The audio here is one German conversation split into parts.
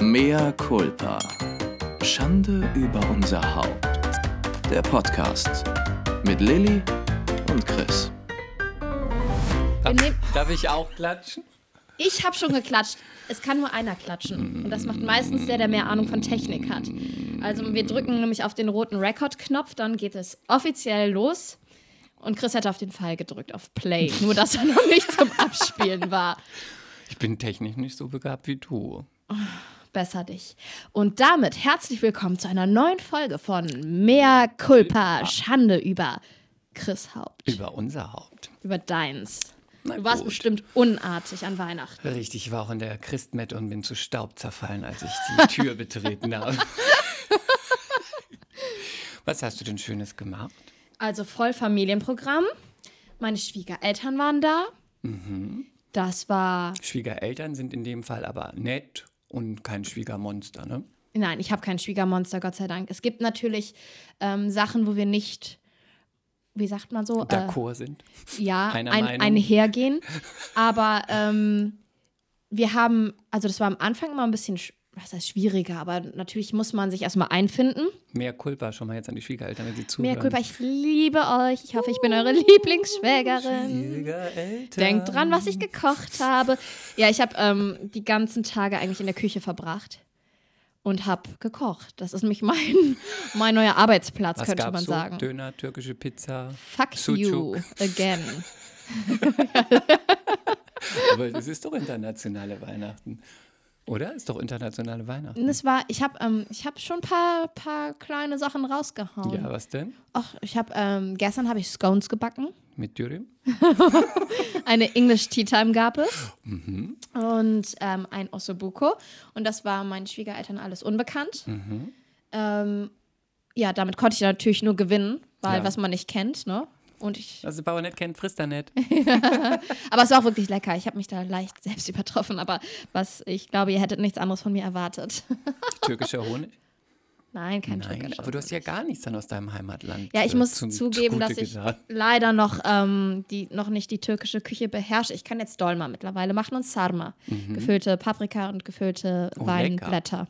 Mea culpa. Schande über unser Haupt. Der Podcast mit Lilly und Chris. Darf, Wir nehmen- darf ich auch klatschen? Ich habe schon geklatscht. Es kann nur einer klatschen. Und das macht meistens der, der mehr Ahnung von Technik hat. Also wir drücken nämlich auf den roten Record-Knopf, dann geht es offiziell los. Und Chris hätte auf den Pfeil gedrückt, auf Play. Nur, dass er noch nicht zum Abspielen war. Ich bin technisch nicht so begabt wie du. Besser dich. Und damit herzlich willkommen zu einer neuen Folge von Mehr Culpa, Schande über Chris Haupt. Über unser Haupt. Über deins. Na Du warst gut. bestimmt unartig an Weihnachten. Richtig, ich war auch in der Christmette und bin zu Staub zerfallen, als ich die Tür betreten habe. Was hast du denn Schönes gemacht? Also Vollfamilienprogramm. Meine Schwiegereltern waren da. Das war. Schwiegereltern sind in dem Fall aber nett und kein Schwiegermonster, ne? Nein, ich habe kein Schwiegermonster, Gott sei Dank. Es gibt natürlich ähm, Sachen, wo wir nicht, wie sagt man so, äh, D'accord sind. ja, ein, einer Meinung. einhergehen. Aber ähm, wir haben, also das war am Anfang immer ein bisschen, sch- was heißt schwieriger, aber natürlich muss man sich erstmal einfinden. Mehr Culpa schon mal jetzt an die Schwiegereltern, wenn sie zuhören. Mehr Kulpa, ich liebe euch. Ich hoffe, ich bin eure Lieblingsschwägerin. Schwiegereltern. ähm, Denkt dran, was ich gekocht habe. Ja, ich habe ähm, die ganzen Tage eigentlich in der Küche verbracht und habe gekocht. Das ist nämlich mein, mein neuer Arbeitsplatz, Was könnte gab's man so? sagen. Döner, türkische Pizza. Fuck you Sucuk. again. Aber das ist doch internationale Weihnachten. Oder? Ist doch internationale Weihnachten. Und es war, ich habe ähm, ich hab schon ein paar, paar kleine Sachen rausgehauen. Ja, was denn? Och, ich habe ähm, gestern habe ich Scones gebacken. Mit Dürüm? Eine English Tea Time gab es Mhm. und ähm, ein Ossobuco. Und das war meinen Schwiegereltern alles unbekannt. Mhm. Ähm, ja, damit konnte ich natürlich nur gewinnen, weil Ja. was man nicht kennt, ne? Und ich, Was der Bauer nicht Also, kennt, frisst er nicht. aber es war auch wirklich lecker. Ich habe mich da leicht selbst übertroffen, aber was ich glaube, ihr hättet nichts anderes von mir erwartet. Türkischer Honig? Nein, kein Nein, Türkisch. aber du hast ja gar nichts dann aus deinem Heimatland. Ja, ich äh, muss zum zugeben, Zugute dass ich getan. leider noch, ähm, die, noch nicht die türkische Küche beherrsche. Ich kann jetzt Dolma mittlerweile machen und Sarma. Gefüllte Paprika und gefüllte Mhm. Oh, Weinblätter.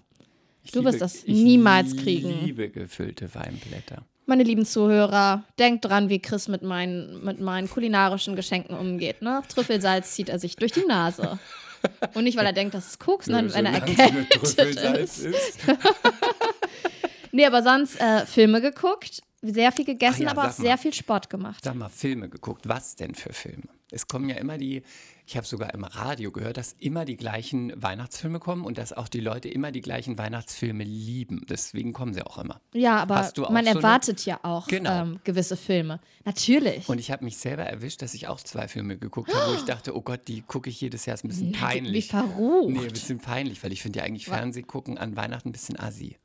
Ich du wirst das ich niemals kriegen. Ich liebe gefüllte Weinblätter. Meine lieben Zuhörer, denkt dran, wie Chris mit meinen, mit meinen kulinarischen Geschenken umgeht. Ne? Trüffelsalz zieht er sich durch die Nase. Und nicht, weil er denkt, das ist Koks, sondern wenn er Solange es mit erkältet Trüffelsalz ist. ist. Nee, aber sonst äh, Filme geguckt, sehr viel gegessen, ja, aber sag auch mal. sehr viel Sport gemacht. Sag mal, Filme geguckt. Was denn für Filme? Es kommen ja immer die, ich habe sogar im Radio gehört, dass immer die gleichen Weihnachtsfilme kommen und dass auch die Leute immer die gleichen Weihnachtsfilme lieben. Deswegen kommen sie auch immer. Ja, aber Hast du auch man so eine- erwartet ja auch Genau. ähm, gewisse Filme. Natürlich. Und ich habe mich selber erwischt, dass ich auch zwei Filme geguckt habe, wo ich dachte, oh Gott, die gucke ich jedes Jahr, ist ein bisschen peinlich. Wie verrucht. Nee, ein bisschen peinlich, weil ich finde ja eigentlich Fernsehgucken an Weihnachten ein bisschen assi.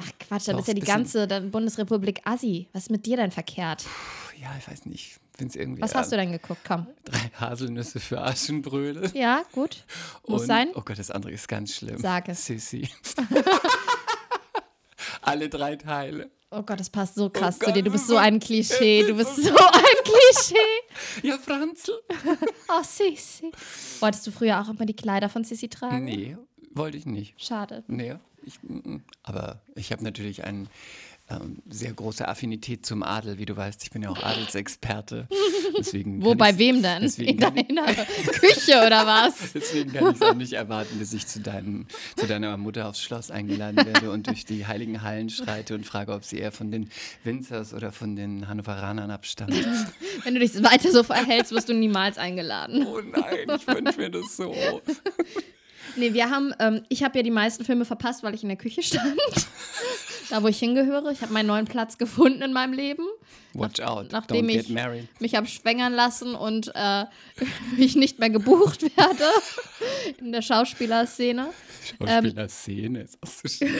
Ach Quatsch, dann Doch, ist ja die bisschen- ganze dann Bundesrepublik Assi. Was ist mit dir denn verkehrt? Puh, ja, ich weiß nicht. Ich finde es irgendwie. Was hast du denn geguckt? Komm. Drei Haselnüsse für Aschenbrödel. Ja, gut. Muss Und- sein. Oh Gott, das andere ist ganz schlimm. Sag es. Sissy. Alle drei Teile. Oh Gott, das passt so krass zu Gott, dir. Du das bist ist so so- ein Klischee. Du bist so ein Klischee. Ja, Franzl. Oh, Sissi. Wolltest du früher auch immer die Kleider von Sissi tragen? Nee, wollte ich nicht. Schade. Nee, ich, mm, mm. aber ich habe natürlich eine ähm, sehr große Affinität zum Adel, wie du weißt. Ich bin ja auch Adelsexperte. Deswegen Wo, kann bei ich's- wem denn? In Deswegen kann, ich, deiner Küche oder was? deswegen kann ich es auch nicht erwarten, dass ich zu, deinem, zu deiner Mutter aufs Schloss eingeladen werde und durch die heiligen Hallen schreite und frage, ob sie eher von den Winzers oder von den Hannoveranern abstammt. Wenn du dich weiter so verhältst, wirst du niemals eingeladen. Oh nein, ich wünsche mir das so. Nee, wir haben, ähm, ich habe ja die meisten Filme verpasst, weil ich in der Küche stand. da, wo ich hingehöre. Ich habe meinen neuen Platz gefunden in meinem Leben. Watch out, Nachdem don't ich get married. mich habe schwängern lassen und äh, ich nicht mehr gebucht werde in der Schauspielerszene. Schauspieler-Szene ist auch so schlecht.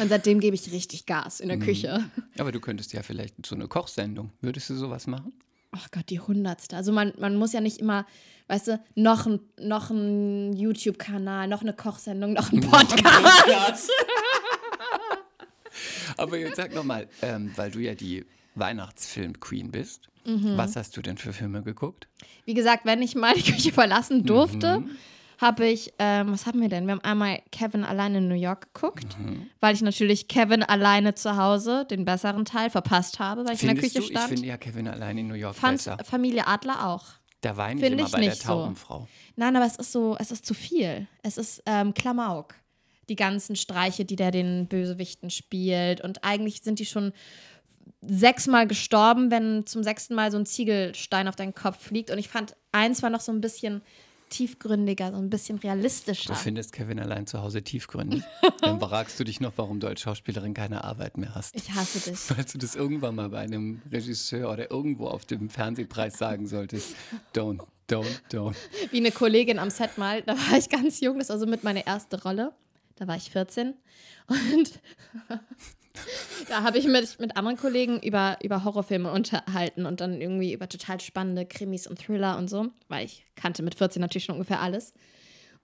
Und seitdem gebe ich richtig Gas in der Mhm. Küche. Aber du könntest ja vielleicht so eine Kochsendung. Würdest du sowas machen? Ach Oh Gott, die Hundertste. Also man, man muss ja nicht immer, weißt du, noch ein, noch ein YouTube-Kanal, noch eine Kochsendung, noch ein Mhm. Podcast. Aber jetzt sag nochmal, ähm, weil du ja die Weihnachtsfilm-Queen bist, Mhm. was hast du denn für Filme geguckt? Mhm. Wie gesagt, wenn ich meine Küche verlassen durfte, habe ich, ähm, was haben wir denn? Wir haben einmal Kevin alleine in New York geguckt, Mhm. weil ich natürlich Kevin alleine zu Hause, den besseren Teil, verpasst habe, weil ich in Findest der du? Küche Ich stand. finde ja Kevin allein in New York Fand besser. Familie Adler auch. Da weine ich find immer ich bei der nicht so. Taubenfrau. Nein, aber es ist so, es ist zu viel. Es ist ähm, Klamauk. Die ganzen Streiche, die der den Bösewichten spielt. Und eigentlich sind die schon sechsmal gestorben, wenn zum sechsten Mal so ein Ziegelstein auf deinen Kopf fliegt. Und ich fand, eins war noch so ein bisschen tiefgründiger, so ein bisschen realistischer. Du findest Kevin allein zu Hause tiefgründig. Dann fragst du dich noch, warum du als Schauspielerin keine Arbeit mehr hast. Ich hasse dich. Falls du das irgendwann mal bei einem Regisseur oder irgendwo auf dem Fernsehpreis sagen solltest, don't, don't, don't. Wie eine Kollegin am Set mal, da war ich ganz jung, das war so mit meine erste Rolle. Da war ich 14. Und da habe ich mich mit anderen Kollegen über, über Horrorfilme unterhalten und dann irgendwie über total spannende Krimis und Thriller und so, weil ich kannte mit 14 natürlich schon ungefähr alles.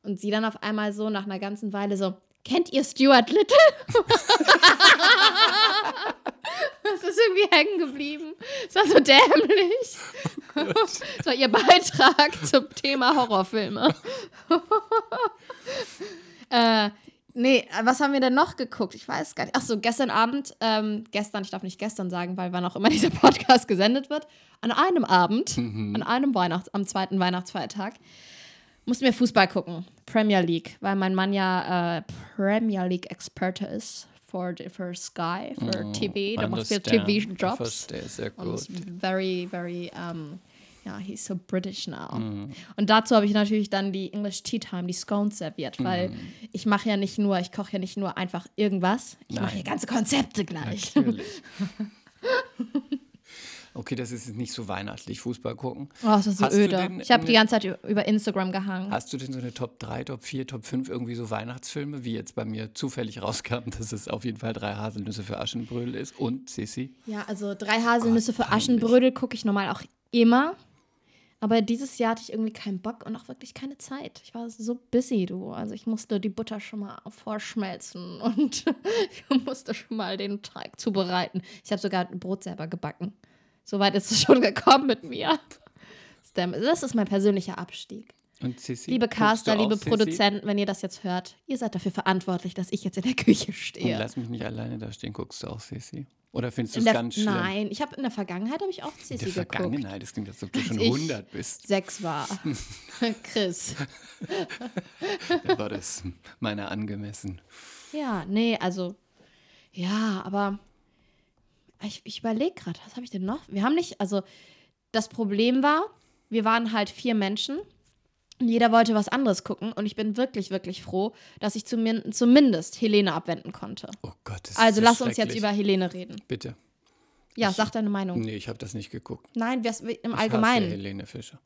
Und sie dann auf einmal so nach einer ganzen Weile so, kennt ihr Stuart Little? das ist irgendwie hängen geblieben. Es war so dämlich. Das war ihr Beitrag zum Thema Horrorfilme. äh, nee, was haben wir denn noch geguckt? Ich weiß gar nicht. Ach so, gestern Abend, ähm, gestern, ich darf nicht gestern sagen, weil wann auch immer dieser Podcast gesendet wird, an einem Abend, an einem Weihnachts-, am zweiten Weihnachtsfeiertag, mussten wir Fußball gucken. Premier League, weil mein Mann ja äh, Premier League-Experte ist. For, for Sky, for TV, der macht viel Understand. TV-Jobs. Verstehe, sehr Und ist gut. very, very, um, ja, he's so British now. Mhm. Und dazu habe ich natürlich dann die English Tea Time, die Scones serviert, weil Mhm. ich mache ja nicht nur, ich koche ja nicht nur einfach irgendwas, ich mache Nein. ja ganze Konzepte gleich. Natürlich. Okay, das ist jetzt nicht so weihnachtlich, Fußball gucken. Oh, das war so Hast du öde. denn ich habe die eine- ganze Zeit ü- über Instagram gehangen. Hast du denn so eine Top 3, Top 4, Top 5 irgendwie so Weihnachtsfilme, wie jetzt bei mir zufällig rauskam, dass es auf jeden Fall drei Haselnüsse für Aschenbrödel ist und Sissi? Ja, also drei Haselnüsse für peinlich. Aschenbrödel gucke ich normal auch immer. Aber dieses Jahr hatte ich irgendwie keinen Bock und auch wirklich keine Zeit. Ich war so busy, du. Also ich musste die Butter schon mal vorschmelzen und ich musste schon mal den Teig zubereiten. Ich habe sogar ein Brot selber gebacken. Soweit ist es schon gekommen mit mir. Stem- Das ist mein persönlicher Abstieg. Und Sissi? Liebe Guckst Caster, du auch liebe Sissi? Produzenten, wenn ihr das jetzt hört, ihr seid dafür verantwortlich, dass ich jetzt in der Küche Und stehe. lass mich nicht alleine da stehen, guckst du auch Sissi? Oder findest du In es der- ganz schlimm? Nein, ich habe in der Vergangenheit habe ich auch In der Sissi geguckt. Vergangenheit, das klingt, als ob du Als schon ich- 100 bist. sechs war. Chris. Da war das meiner angemessen. Ja, nee, also. Ja, aber ich, ich überlege gerade, was habe ich denn noch? Wir haben nicht, also das Problem war, wir waren halt vier Menschen und jeder wollte was anderes gucken und ich bin wirklich, wirklich froh, dass ich zumin zumindest Helene abwenden konnte. Oh Gott, das ist Also so lass uns jetzt schrecklich. über Helene reden. Bitte. Ja, sag deine Meinung. Nee, ich habe das nicht geguckt. Nein, wir, wir- im Ich Hasse Allgemeinen. Helene Fischer.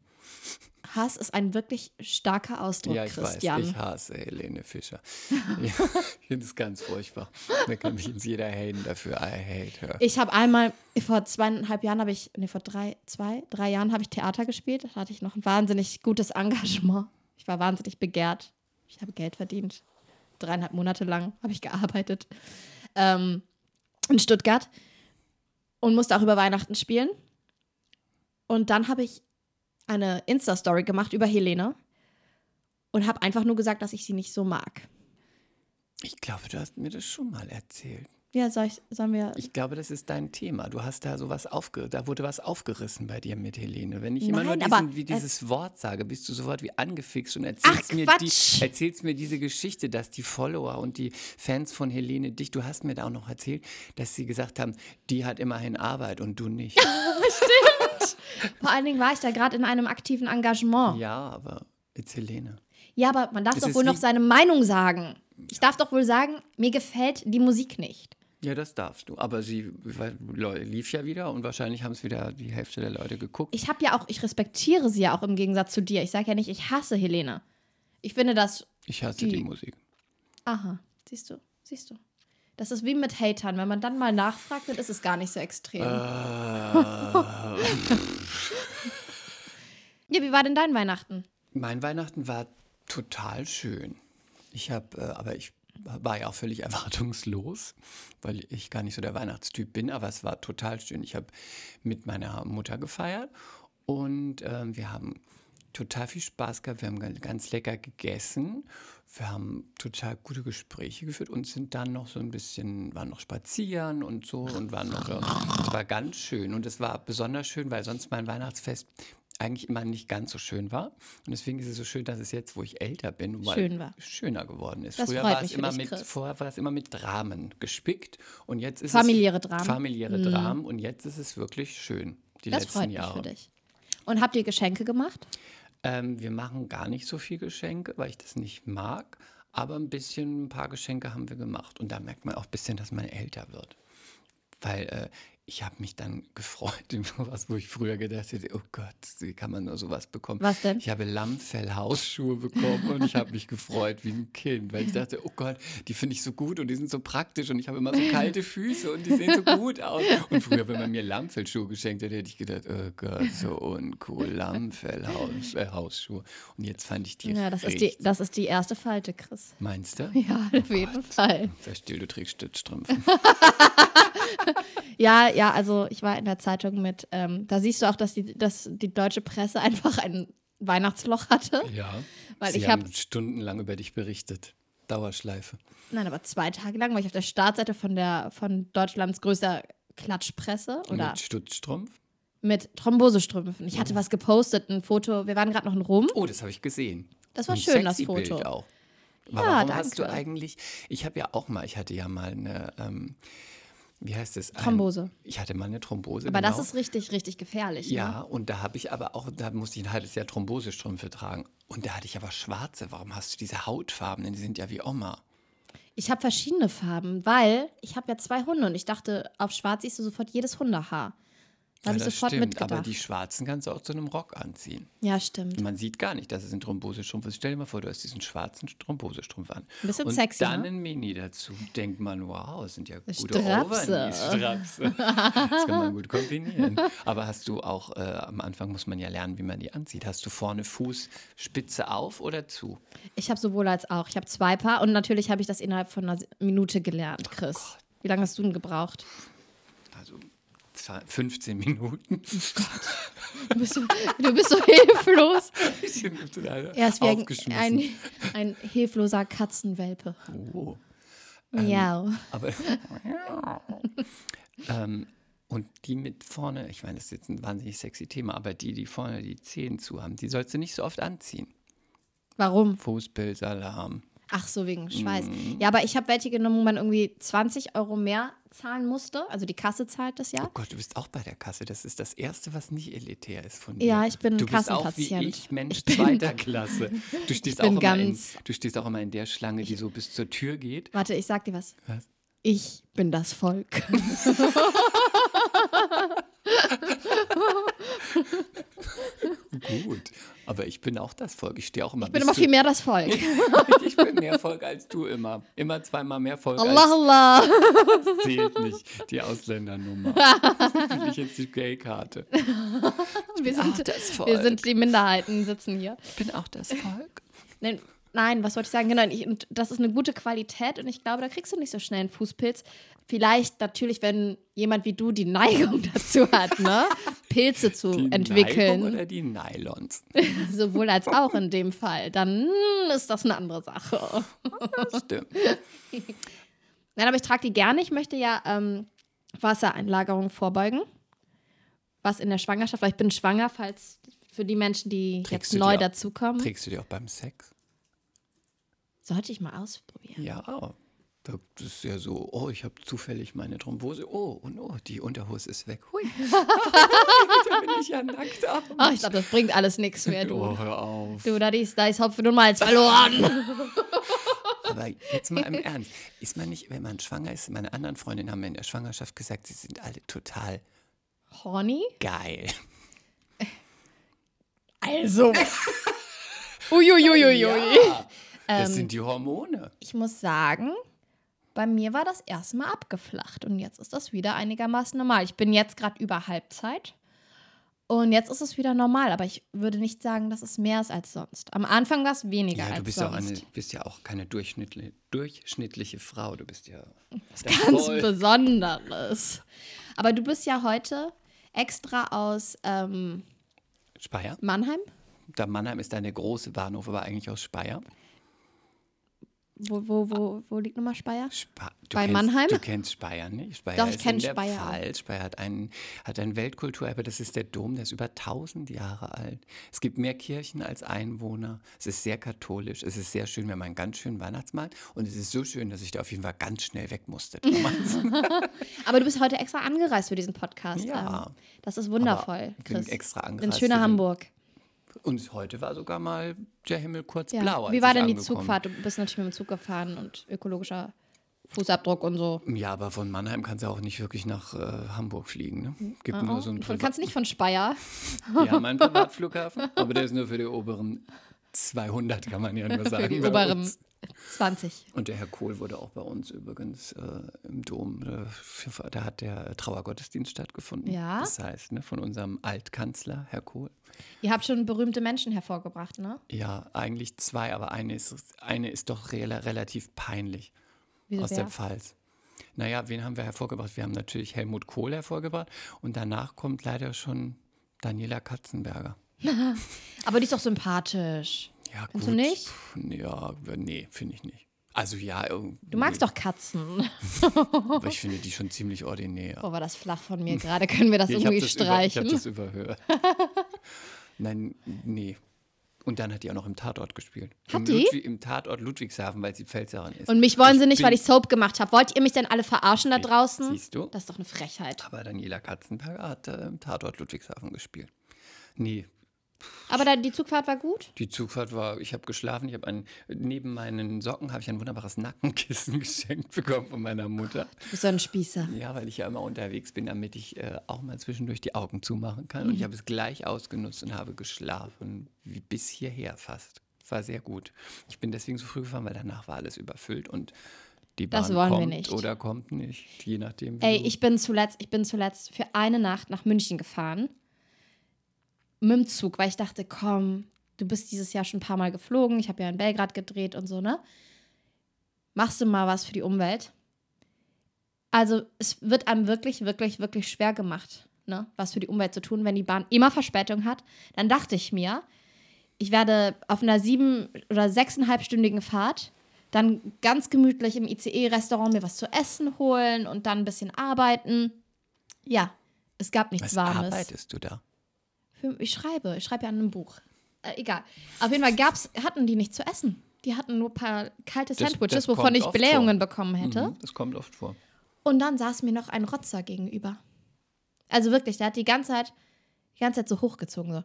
Hass ist ein wirklich starker Ausdruck, ja, ich Oh, Christian. weiß, ich hasse Helene Fischer. ja, ich finde es ganz furchtbar. Da kann mich jetzt jeder haten dafür. I hate her. Ich habe einmal, vor zweieinhalb Jahren habe ich, nee, vor drei, zwei, drei Jahren habe ich Theater gespielt. Da hatte ich noch ein wahnsinnig gutes Engagement. Ich war wahnsinnig begehrt. Ich habe Geld verdient. Dreieinhalb Monate lang habe ich gearbeitet ähm, in Stuttgart und musste auch über Weihnachten spielen. Und dann habe ich eine Insta-Story gemacht über Helene und habe einfach nur gesagt, dass ich sie nicht so mag. Ich glaube, du hast mir das schon mal erzählt. Ja, soll ich, sollen wir. Ich glaube, das ist dein Thema. Du hast da sowas aufge... Da wurde was aufgerissen bei dir mit Helene. Wenn ich immer nur Nein, diesen, aber wie es- dieses Wort sage, bist du sofort wie angefixt und erzählst, Ach, mir die, Quatsch! erzählst mir diese Geschichte, dass die Follower und die Fans von Helene dich, du hast mir da auch noch erzählt, dass sie gesagt haben, die hat immerhin Arbeit und du nicht. Vor allen Dingen war ich da gerade in einem aktiven Engagement. ja, aber it's Helene. Ja, aber man darf Es doch ist wohl noch wie- seine Meinung sagen. Ich darf doch wohl sagen, mir gefällt die Musik nicht. Ja, das darfst du. Aber sie weil- Leu- lief ja wieder und wahrscheinlich haben es wieder die Hälfte der Leute geguckt. Ich habe ja auch, ich respektiere sie ja auch im Gegensatz zu dir. Ich sage ja nicht, ich hasse Helene. Ich finde das, Ich hasse die, die- Musik. aha, siehst du, siehst du. Das ist wie mit Hatern. Wenn man dann mal nachfragt, dann ist es gar nicht so extrem. Äh. ja, wie war denn dein Weihnachten? Mein Weihnachten war total schön. Ich habe, äh, aber ich war ja auch völlig erwartungslos, weil ich gar nicht so der Weihnachtstyp bin, aber es war total schön. Ich habe mit meiner Mutter gefeiert und ähm, wir haben total viel Spaß gehabt. Wir haben gan- ganz lecker gegessen. Wir haben total gute Gespräche geführt und sind dann noch so ein bisschen, waren noch spazieren und so und waren noch. Es war ganz schön und es war besonders schön, weil sonst mein Weihnachtsfest eigentlich immer nicht ganz so schön war. Und deswegen ist es so schön, dass es jetzt, wo ich älter bin, mal Schön war. schöner geworden ist. Das Früher freut war es mich für immer dich, mit, Chris. vorher war es immer mit Dramen gespickt und jetzt ist Familiäre es Dramen. Mhm. familiäre Dramen und jetzt ist es wirklich schön die Das letzten freut mich Jahre. für dich. Und habt ihr Geschenke gemacht? Ähm, wir machen gar nicht so viel Geschenke, weil ich das nicht mag. Aber ein bisschen, ein paar Geschenke haben wir gemacht. Und da merkt man auch ein bisschen, dass man älter wird. Weil äh, ich habe mich dann gefreut über was, wo ich früher gedacht hätte, oh Gott, wie kann man nur sowas bekommen? Was denn? Ich habe Lammfellhausschuhe bekommen und ich habe mich gefreut wie ein Kind, weil ich dachte, oh Gott, die finde ich so gut und die sind so praktisch und ich habe immer so kalte Füße und die sehen so gut aus. Und früher, wenn man mir Lammfellschuhe geschenkt hätte, hätte ich gedacht, oh Gott, so uncool, Lammfellhausschuhe. Und jetzt fand ich die Ja, das ist die, richtig- das ist die erste Falte, Chris. Meinst du? Ja, auf jeden Fall. Verstehe, du trägst Stützstrümpfe. Ja, ja, also ich war in der Zeitung mit, ähm, da siehst du auch, dass die, dass die deutsche Presse einfach ein Weihnachtsloch hatte. Ja. Weil Sie ich hab- haben stundenlang über dich berichtet. Dauerschleife. Nein, aber zwei Tage lang war ich auf der Startseite von der von Deutschlands größter Klatschpresse oder Mit Oh. Stutzstrumpf? mit, Thrombosestrümpfen. Ich hatte was gepostet, ein Foto. Wir waren gerade noch in Rom. Oh, das habe ich gesehen. Das war Ein schön, das sexy Foto. Bild auch. Ja, Aber warum hast du danke. eigentlich, ich habe ja auch mal, ich hatte ja mal eine, ähm, wie heißt es? Ein- Thrombose. ich hatte mal eine Thrombose. Aber genau. das ist richtig, richtig gefährlich. Ne? Ja, und da habe ich aber auch, da musste ich ein halbes Jahr Thrombosestrümpfe tragen. Und da hatte ich aber schwarze. Warum hast du diese Hautfarben? Denn die sind ja wie Oma. Ich habe verschiedene Farben, weil ich habe ja zwei Hunde und ich dachte, auf schwarz siehst du sofort jedes Hundehaar. Da habe ja, ich das sofort stimmt, mitgedacht. aber die schwarzen kannst du auch zu einem Rock anziehen. ja, stimmt. Man sieht gar nicht, dass es ein Thrombosestrumpf ist. Stell dir mal vor, du hast diesen schwarzen Thrombosestrumpf an. Ein bisschen und sexy, dann ne? ein Mini dazu. Denkt man, wow, es sind ja gute Strapse. Overknees. Strapse. Das kann man gut kombinieren. Aber hast du auch, äh, am Anfang muss man ja lernen, wie man die anzieht. Hast du vorne Fußspitze auf oder zu? Ich habe sowohl als auch. Ich habe zwei Paar und natürlich habe ich das innerhalb von einer Minute gelernt, Oh Chris. Wie lange hast du denn gebraucht? Also zwei- 15 Minuten. Du bist so, du bist so hilflos. Ich bin total Er ist wie ein, aufgeschmissen. ein, ein hilfloser Katzenwelpe. oh. Miau. Aber. ähm, und die mit vorne, ich meine, das ist jetzt ein wahnsinnig sexy Thema, aber die, die vorne die Zehen zu haben, die sollst du nicht so oft anziehen. Warum? Fußpilz, Alarm. Ach so, wegen Schweiß. Mhm. Ja, aber ich habe welche genommen, wo man irgendwie 20 Euro mehr zahlen musste. Also die Kasse zahlt das ja. Oh Gott, du bist auch bei der Kasse. Das ist das Erste, was nicht elitär ist von dir. Ja, ich bin ein Du bist auch wie Kassenpatient. ich, Mensch Ich bin- zweiter Klasse. Du stehst, bin auch immer in, ganz- du stehst auch immer in der Schlange, die so bis zur Tür geht. Warte, ich sag dir was. Was? Ich bin das Volk. Gut, aber ich bin auch das Volk. Ich stehe auch immer Ich bin immer viel mehr das Volk. Ich bin mehr Volk als du immer. Immer zweimal mehr Volk als Allah, Allah. zählt nicht, die Ausländernummer. Will ich jetzt die Gay-Karte. Wir sind, das Volk. wir sind die Minderheiten, sitzen hier. Ich bin auch das Volk. Nein, nein, was wollte ich sagen? Genau, ich, und das ist eine gute Qualität und ich glaube, da kriegst du nicht so schnell einen Fußpilz. Vielleicht natürlich, wenn jemand wie du die Neigung dazu hat, ne? Pilze zu Die entwickeln. Neigung oder die Nylons. Sowohl als auch in dem Fall. Dann ist das eine andere Sache. Das stimmt. Nein, aber ich trage die gerne. Ich möchte ja ähm, Wassereinlagerung vorbeugen. Was in der Schwangerschaft, weil ich bin schwanger, falls für die Menschen, die Trägst jetzt du neu die auch? dazukommen, Trägst du die auch beim Sex? sollte ich mal ausprobieren. Ja. Das ist ja so, oh, ich habe zufällig meine Thrombose. Oh, und oh, die Unterhose ist weg. Hui. da bin ich ja nackt. Ah, Ach, ich glaube, das bringt alles nichts mehr, du. Oh, hör auf. Du, da ist, da ist Hopfen und Malz verloren. Aber jetzt mal im Ernst. Ist man nicht, wenn man schwanger ist, meine anderen Freundinnen haben mir in der Schwangerschaft gesagt, sie sind alle total Horny? geil. Also. Uiuiuiui. Ja, das Ähm, sind die Hormone. Ich muss sagen, bei mir war das erstmal abgeflacht und jetzt ist das wieder einigermaßen normal. Ich bin jetzt gerade über Halbzeit und jetzt ist es wieder normal, aber ich würde nicht sagen, dass es mehr ist als sonst. Am Anfang war es weniger Ja, du als bist, ja auch sonst. eine, bist ja auch keine durchschnittliche, durchschnittliche Frau. Du bist ja das ganz Volk. Besonderes. Aber du bist ja heute extra aus ähm, Speyer? Mannheim. Da Mannheim ist eine große Bahnhof, aber eigentlich aus Speyer. Wo, wo, wo, wo liegt nochmal Speyer? Spa du Bei kennst, Mannheim? Du kennst Speyer nicht. Speyer Doch, ich ist kenn in der Speyer. Pfalz. Speyer hat ein, hat ein Weltkulturerbe. Das ist der Dom, der ist über 1000 Jahre alt. Es gibt mehr Kirchen als Einwohner. Es ist sehr katholisch. Es ist sehr schön. Wir haben einen ganz schönen Weihnachtsmarkt. Und es ist so schön, dass ich da auf jeden Fall ganz schnell weg musste. damals. Aber du bist heute extra angereist für diesen Podcast. Ja. Ähm, Das ist wundervoll, Aber ich bin Chris. extra Ins angereist schöne für den- Hamburg. Und heute war sogar mal der Himmel kurz Ja. blau. als Wie war ich denn die angekommen Zugfahrt? Du bist natürlich mit dem Zug gefahren und ökologischer Fußabdruck und so. Ja, aber von Mannheim kannst du auch nicht wirklich nach äh, Hamburg fliegen. Ne? Gibt Oh, nur so einen von, kannst nicht von Speyer. Wir haben einen Privatflughafen, aber der ist nur für die oberen 200, kann man ja nur sagen. Für die bei oberen uns. 20. Und der Herr Kohl wurde auch bei uns übrigens äh, im Dom, äh, für- da hat der Trauergottesdienst stattgefunden. Ja. Das heißt, ne, von unserem Altkanzler, Herr Kohl. Ihr habt schon berühmte Menschen hervorgebracht, ne? Ja, eigentlich zwei, aber eine ist, eine ist doch rela- relativ peinlich. Wieso aus wer? der Pfalz. Naja, wen haben wir hervorgebracht? Wir haben natürlich Helmut Kohl hervorgebracht und danach kommt leider schon Daniela Katzenberger. Aber die ist doch sympathisch. Ja, Findest du nicht? Pff, Ja, nee, finde ich nicht. Also ja, Du magst doch Katzen. Aber ich finde die schon ziemlich ordinär. Boah, war das flach von mir gerade. Können wir das ich habe irgendwie das, über, ich hab streichen? das überhört. Nein, nee. Und dann hat die auch noch im Tatort gespielt. Im, Hat die? Ludwi- Im Tatort Ludwigshafen, weil sie Pfälzerin ist. und mich wollen sie nicht, bin- weil ich Soap gemacht habe. Wollt ihr mich denn alle verarschen da draußen? Siehst du? Das ist doch eine Frechheit. Aber Daniela Katzenberger hat äh, im Tatort Ludwigshafen gespielt. Nee, Aber da, die Zugfahrt war gut. Die Zugfahrt war, ich habe geschlafen, ich habe ein, neben meinen Socken habe ich ein wunderbares Nackenkissen geschenkt bekommen von meiner Mutter. Du bist so ein Spießer. Ja, weil ich ja immer unterwegs bin, damit ich äh, auch mal zwischendurch die Augen zumachen kann. Und ich habe es gleich ausgenutzt und habe geschlafen, wie bis hierher fast. Es war sehr gut. Ich bin deswegen so früh gefahren, weil danach war alles überfüllt und die Bahn Das wollen wir kommt nicht. oder kommt nicht, je nachdem. wie Ey, du- ich bin zuletzt, ich bin zuletzt für eine Nacht nach München gefahren. Mit dem Zug, weil ich dachte, komm, du bist dieses Jahr schon ein paar Mal geflogen. Ich habe ja in Belgrad gedreht und so, ne? Machst du mal was für die Umwelt? Also, es wird einem wirklich, wirklich, wirklich schwer gemacht, ne? Was für die Umwelt zu tun, wenn die Bahn immer Verspätung hat. Dann dachte ich mir, ich werde auf einer sieben- oder sechseinhalbstündigen Fahrt dann ganz gemütlich im ICE-Restaurant mir was zu essen holen und dann ein bisschen arbeiten. Ja, es gab Was nichts Warmes. arbeitest du da? Für- Ich schreibe, ich schreibe ja an einem Buch. Äh, egal. Auf jeden Fall gab's, hatten die nichts zu essen. Die hatten nur ein paar kalte Das- Sandwiches, das wovon kommt ich oft Blähungen bekommen hätte. Mhm, das kommt oft vor. Und dann saß mir noch ein Rotzer gegenüber. Also wirklich, der hat die ganze Zeit, die ganze Zeit so hochgezogen. So.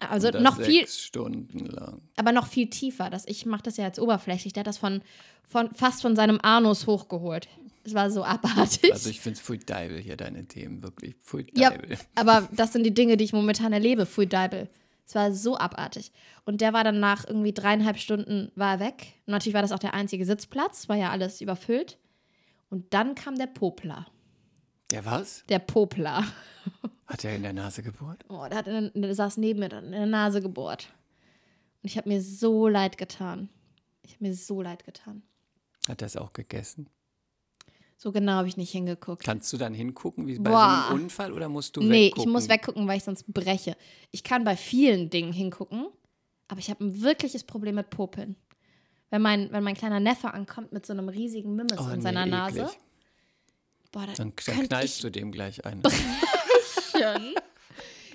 Also Und das noch sechs viel, Stunden lang. aber noch viel tiefer. Das, ich mache das ja jetzt oberflächlich. Der hat das von, von fast von seinem Anus hochgeholt. Es war so abartig. Also ich finde es pfui Deibel hier, deine Themen, wirklich. Pfui Ja, Deibel. aber das sind die Dinge, die ich momentan erlebe. Fui Deibel. Es war so abartig. Und der war dann nach irgendwie dreieinhalb Stunden war er weg. Und natürlich war das auch der einzige Sitzplatz, war ja alles überfüllt. Und dann kam der Popler. Der was? Der Popler. Hat er in der Nase gebohrt? Oh, der, hat in der, der saß neben mir, der hat in der Nase gebohrt. Und ich habe mir so leid getan. Ich habe mir so leid getan. Hat er es auch gegessen? So genau habe ich nicht hingeguckt. Kannst du dann hingucken, wie bei Boah. so einem Unfall, oder musst du nee, weggucken? ich muss weggucken, weil ich sonst breche. Ich kann bei vielen Dingen hingucken, aber ich habe ein wirkliches Problem mit Popeln. Wenn mein, wenn mein kleiner Neffe ankommt mit so einem riesigen Mimmes Oh, in nee, seiner Nase, eklig. boah, da Dann, dann könnte knallst ich du dem gleich ein. Brötchen.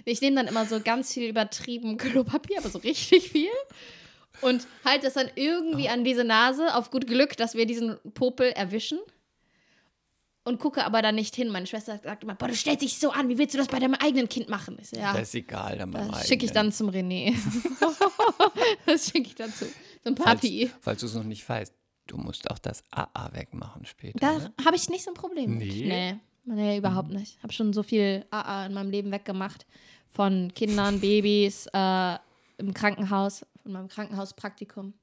Ich nehme dann immer so ganz viel übertrieben Klopapier, aber so richtig viel. Und halte das dann irgendwie an diese Nase, auf gut Glück, dass wir diesen Popel erwischen. Und gucke aber dann nicht hin. Meine Schwester sagt immer, boah, du stellst dich so an, wie willst du das bei deinem eigenen Kind machen? Ich so, ja, Das ist egal, dann beim das schicke ich eigenen. dann zum René. das schicke ich dann zu, zum Papi. Falls, falls du es noch nicht weißt, du musst auch das AA wegmachen später. Da ne? habe ich nicht so ein Problem. mit. Nee? Mhm. Nee, nee überhaupt nicht. Habe schon so viel AA in meinem Leben weggemacht. Von Kindern, Babys, äh, im Krankenhaus, von meinem Krankenhauspraktikum.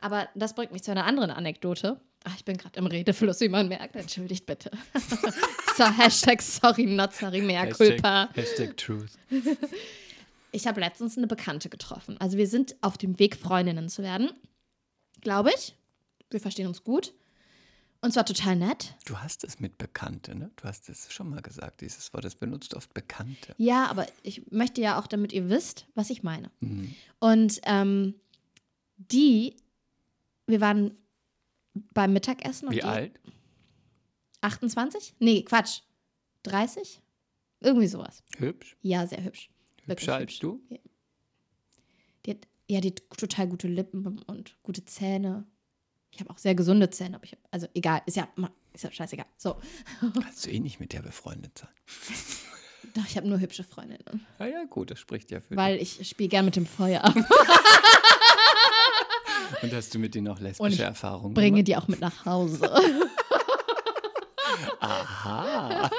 Aber das bringt mich zu einer anderen Anekdote. Ach, ich bin gerade im Redefluss, wie man merkt. Entschuldigt bitte. so, Hashtag sorry, not sorry, mehr culpa. Hashtag, Hashtag Truth. Ich habe letztens eine Bekannte getroffen. Also wir sind auf dem Weg, Freundinnen zu werden. Glaube ich. Wir verstehen uns gut. Und zwar total nett. Du hast es mit Bekannte, ne? Du hast es schon mal gesagt, dieses Wort. Es benutzt oft Bekannte. Ja, aber ich möchte ja auch, damit ihr wisst, was ich meine. Hm. Und ähm, die, wir waren beim Mittagessen. Und Wie die, alt? 28? Nee, Quatsch. 30? Irgendwie sowas. Hübsch? Ja, sehr hübsch. Wirklich Hübscher als du? Die hat, ja, die hat total gute Lippen und gute Zähne. Ich habe auch sehr gesunde Zähne, aber ich hab, also egal, ist ja, ma- ist ja scheißegal. So, Kannst du eh nicht mit der befreundet sein. doch, ich habe nur hübsche Freundinnen, Ah ja, gut, das spricht ja für weil ich spiele gern mit dem Feuer, dich. Und hast du mit denen auch Und ich lesbische Erfahrungen bringe gemacht? die auch mit nach Hause. Aha,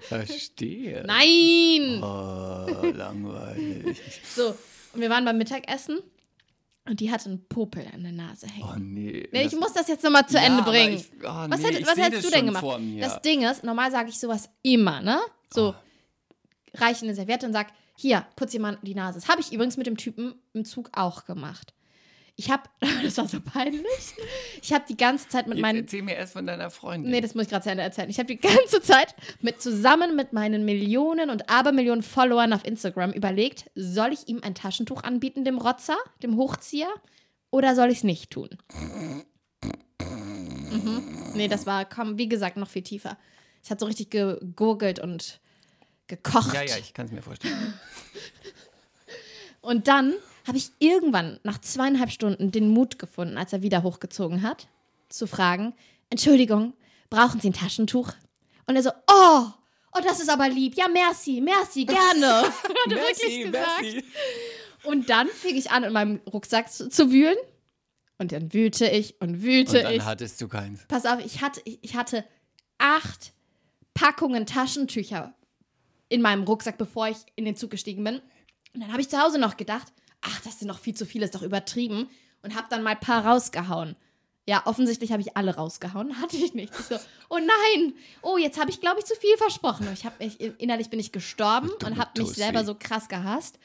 verstehe. Nein! Oh, langweilig. So, und wir waren beim Mittagessen und die hatte einen Popel an der Nase hängen. Oh nee. Nee, ich das- muss das jetzt nochmal zu Ja, Ende aber bringen. ich- oh, was nee, hätt- ich was seh das hättest du denn schon gemacht? vor mir. Das Ding ist, normal sage ich sowas immer, ne? So, Oh. reiche eine Serviette und sag, hier, putz dir mal die Nase. Das habe ich übrigens mit dem Typen im Zug auch gemacht. Ich habe, das war so peinlich, ich habe die ganze Zeit mit Jetzt meinen erzähl mir erst von deiner Freundin. Nee, das muss ich gerade zu Ende erzählen. Ich habe die ganze Zeit mit, zusammen mit meinen Millionen und Abermillionen Followern auf Instagram überlegt, soll ich ihm ein Taschentuch anbieten, dem Rotzer, dem Hochzieher, oder soll ich es nicht tun? Mhm. Nee, das war, komm, wie gesagt, noch viel tiefer. Es hat so richtig gegurgelt und gekocht. ja, ja, ich kann es mir vorstellen. Und dann habe ich irgendwann nach zweieinhalb Stunden den Mut gefunden, als er wieder hochgezogen hat, zu fragen: Entschuldigung, brauchen Sie ein Taschentuch? Und er so: Oh, oh, das ist aber lieb. Ja, merci, merci, gerne. Hat wirklich gesagt? und dann fing ich an, in meinem Rucksack zu, zu wühlen. Und dann wühlte ich und Und wühlte dann halt ich. hattest du keins. Pass auf, ich hatte, ich ich hatte acht Packungen Taschentücher in meinem Rucksack, bevor ich in den Zug gestiegen bin. Und dann habe ich zu Hause noch gedacht, ach, das sind noch viel zu viele, ist doch übertrieben. Und habe dann mal ein paar rausgehauen. Ja, offensichtlich habe ich alle rausgehauen, hatte ich nicht. Ich so, oh nein, oh, jetzt habe ich, glaube ich, zu viel versprochen. Und Ich habe mich, innerlich bin ich gestorben und habe mich Tussi. selber so krass gehasst.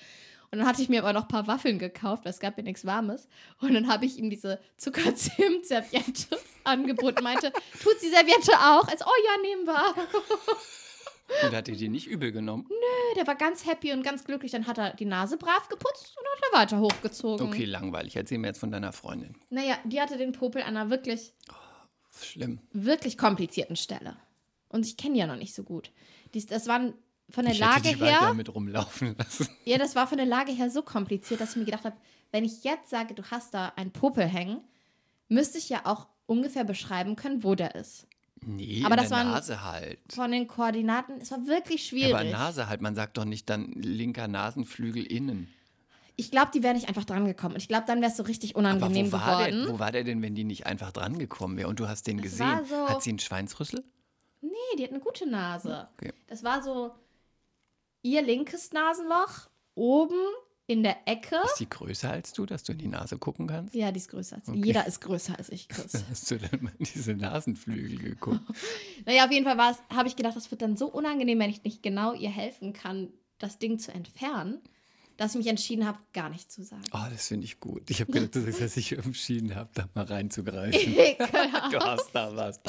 Und dann hatte ich mir aber noch ein paar Waffeln gekauft, weil es gab ja nichts Warmes. Und dann habe ich ihm diese Zuckerzimt-Serviette angeboten, und meinte, tut die Serviette auch? Als, oh ja, nehmen wir. Und hat ihr die nicht übel genommen? Der war ganz happy und ganz glücklich. Dann hat er die Nase brav geputzt und hat er weiter hochgezogen. Okay, langweilig. Erzähl mir jetzt von deiner Freundin. Naja, die hatte den Popel an einer wirklich, Schlimm. wirklich komplizierten Stelle. Und ich kenne die ja noch nicht so gut. Dies, das waren von der ich Lage hätte die weiter her, mit rumlaufen lassen. ja, das war von der Lage her so kompliziert, dass ich mir gedacht habe, wenn ich jetzt sage, du hast da einen Popel hängen, müsste ich ja auch ungefähr beschreiben können, wo der ist. Nee, Aber in das der waren- Nase halt. Von den Koordinaten, es war wirklich schwierig. Aber Nase halt. Man sagt doch nicht dann linker Nasenflügel innen. Ich glaube, die wäre nicht einfach dran gekommen. Und ich glaube, dann wäre es so richtig Aber unangenehm wo war, geworden. der, wo war der denn, wenn die nicht einfach dran gekommen wäre und du hast den war gesehen? so- Hat sie einen Schweinsrüssel? Nee, die hat eine gute Nase. Hm, Okay. Das war so ihr linkes Nasenloch oben in der Ecke. Ist die größer als du, dass du in die Nase gucken kannst? Ja, die ist größer als Jeder ist größer als ich, Chris. Hast du dann mal in diese Nasenflügel geguckt? naja, auf jeden Fall war's- habe ich gedacht, das wird dann so unangenehm, wenn ich nicht genau ihr helfen kann, das Ding zu entfernen, dass ich mich entschieden habe, gar nichts zu sagen. Oh, das finde ich gut. Ich habe gedacht, du sagst, dass ich entschieden habe, da mal reinzugreifen. Ekelhaft. Du hast da was.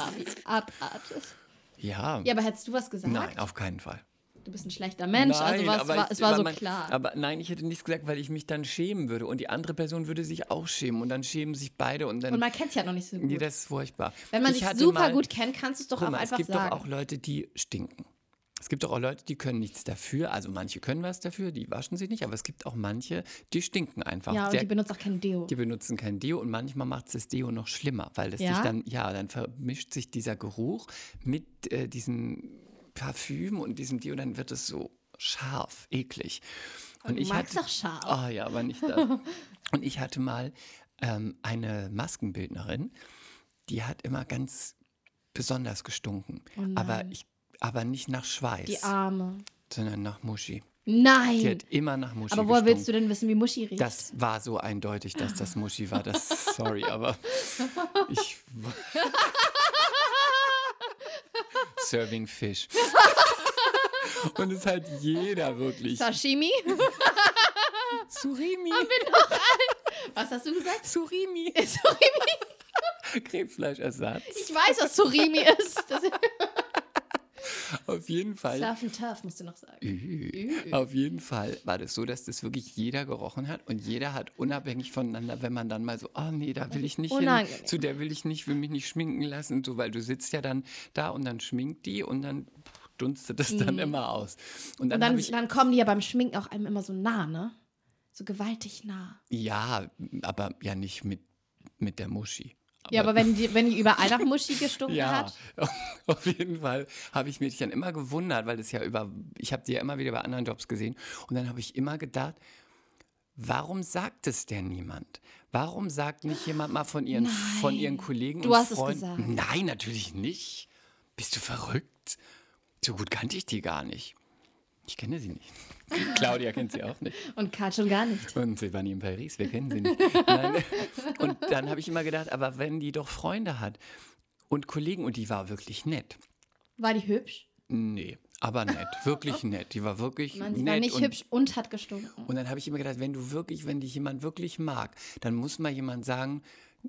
Abartig. Ja. Ja, aber hättest du was gesagt? Nein, auf keinen Fall. Du bist ein schlechter Mensch. also Nein, was, aber war, ich- es war aber so man- klar. Aber nein, ich hätte nichts gesagt, weil ich mich dann schämen würde. Und die andere Person würde sich auch schämen. Und dann schämen sich beide. Und dann. Und man kennt es ja noch nicht so gut. nee, das ist furchtbar. Wenn man Ich sich hatte super mal- gut kennt, kannst du es doch Guck auch mal, einfach es gibt sagen. doch auch Leute, die stinken. Es gibt doch auch Leute, die können nichts dafür. Also manche können was dafür, die waschen sich nicht. Aber es gibt auch manche, die stinken einfach. ja, und Der- die benutzt auch kein Deo. Die benutzen kein Deo und manchmal macht es das Deo noch schlimmer, weil es Ja? sich dann, ja, dann vermischt sich dieser Geruch mit äh, diesem Parfüm und diesem Deo, dann wird es so scharf, eklig. Und du ich magst hatte, doch scharf. Ah ja, aber nicht das. und ich hatte mal ähm, eine Maskenbildnerin, die hat immer ganz besonders gestunken. aber ich aber nicht nach Schweiß, Oh Die Arme. sondern nach Muschi. Die Nein. hat immer nach Muschi Aber woher gestunken. willst du denn wissen, wie Muschi riecht? Das war so eindeutig, dass das Muschi war. Das, sorry, aber ich. Serving Fish. Und es hat jeder wirklich. Sashimi? Surimi. Was hast du gesagt? Surimi. Surimi? Krebsfleischersatz. Ich weiß, was Surimi ist. Das Auf jeden Fall. Tough and Tough, musst du noch Mhm. sagen. Auf jeden Fall war das so, dass das wirklich jeder gerochen hat und jeder hat unabhängig voneinander, wenn man dann mal so, oh nee, da will ich nicht hin, Unangenehm. zu der will ich nicht, will mich nicht schminken lassen und so, weil du sitzt ja dann da und dann schminkt die und dann dunstet das dann immer aus. Und dann, Mhm. Und hab dann, ich, dann kommen die ja beim Schminken auch einem immer so nah, ne? So gewaltig nah. ja, aber ja nicht mit, mit der Muschi. Ja, aber wenn die, wenn die überall nach Muschi gestunken Ja, hat. auf jeden Fall habe ich mich dann immer gewundert, weil das ja über, ich habe die ja immer wieder bei anderen Jobs gesehen und dann habe ich immer gedacht, warum sagt es denn niemand? Warum sagt nicht jemand mal von ihren, von ihren Kollegen Du und hast es Freunden? gesagt. Nein, natürlich nicht. Bist du verrückt? So gut kannte ich die gar nicht. Ich kenne sie nicht. Claudia kennt sie auch nicht. Und Kat schon gar nicht. Und Silvani in Paris, wir kennen sie nicht. Nein. Und dann habe ich immer gedacht, aber wenn die doch Freunde hat und Kollegen, und die war wirklich nett. War die hübsch? Nee, aber nett, wirklich nett. Die war wirklich Nein, sie nett. war nicht und, Oh, hübsch und hat gestunken. und dann habe ich immer gedacht, wenn du wirklich, wenn dich jemand wirklich mag, dann muss mal jemand sagen,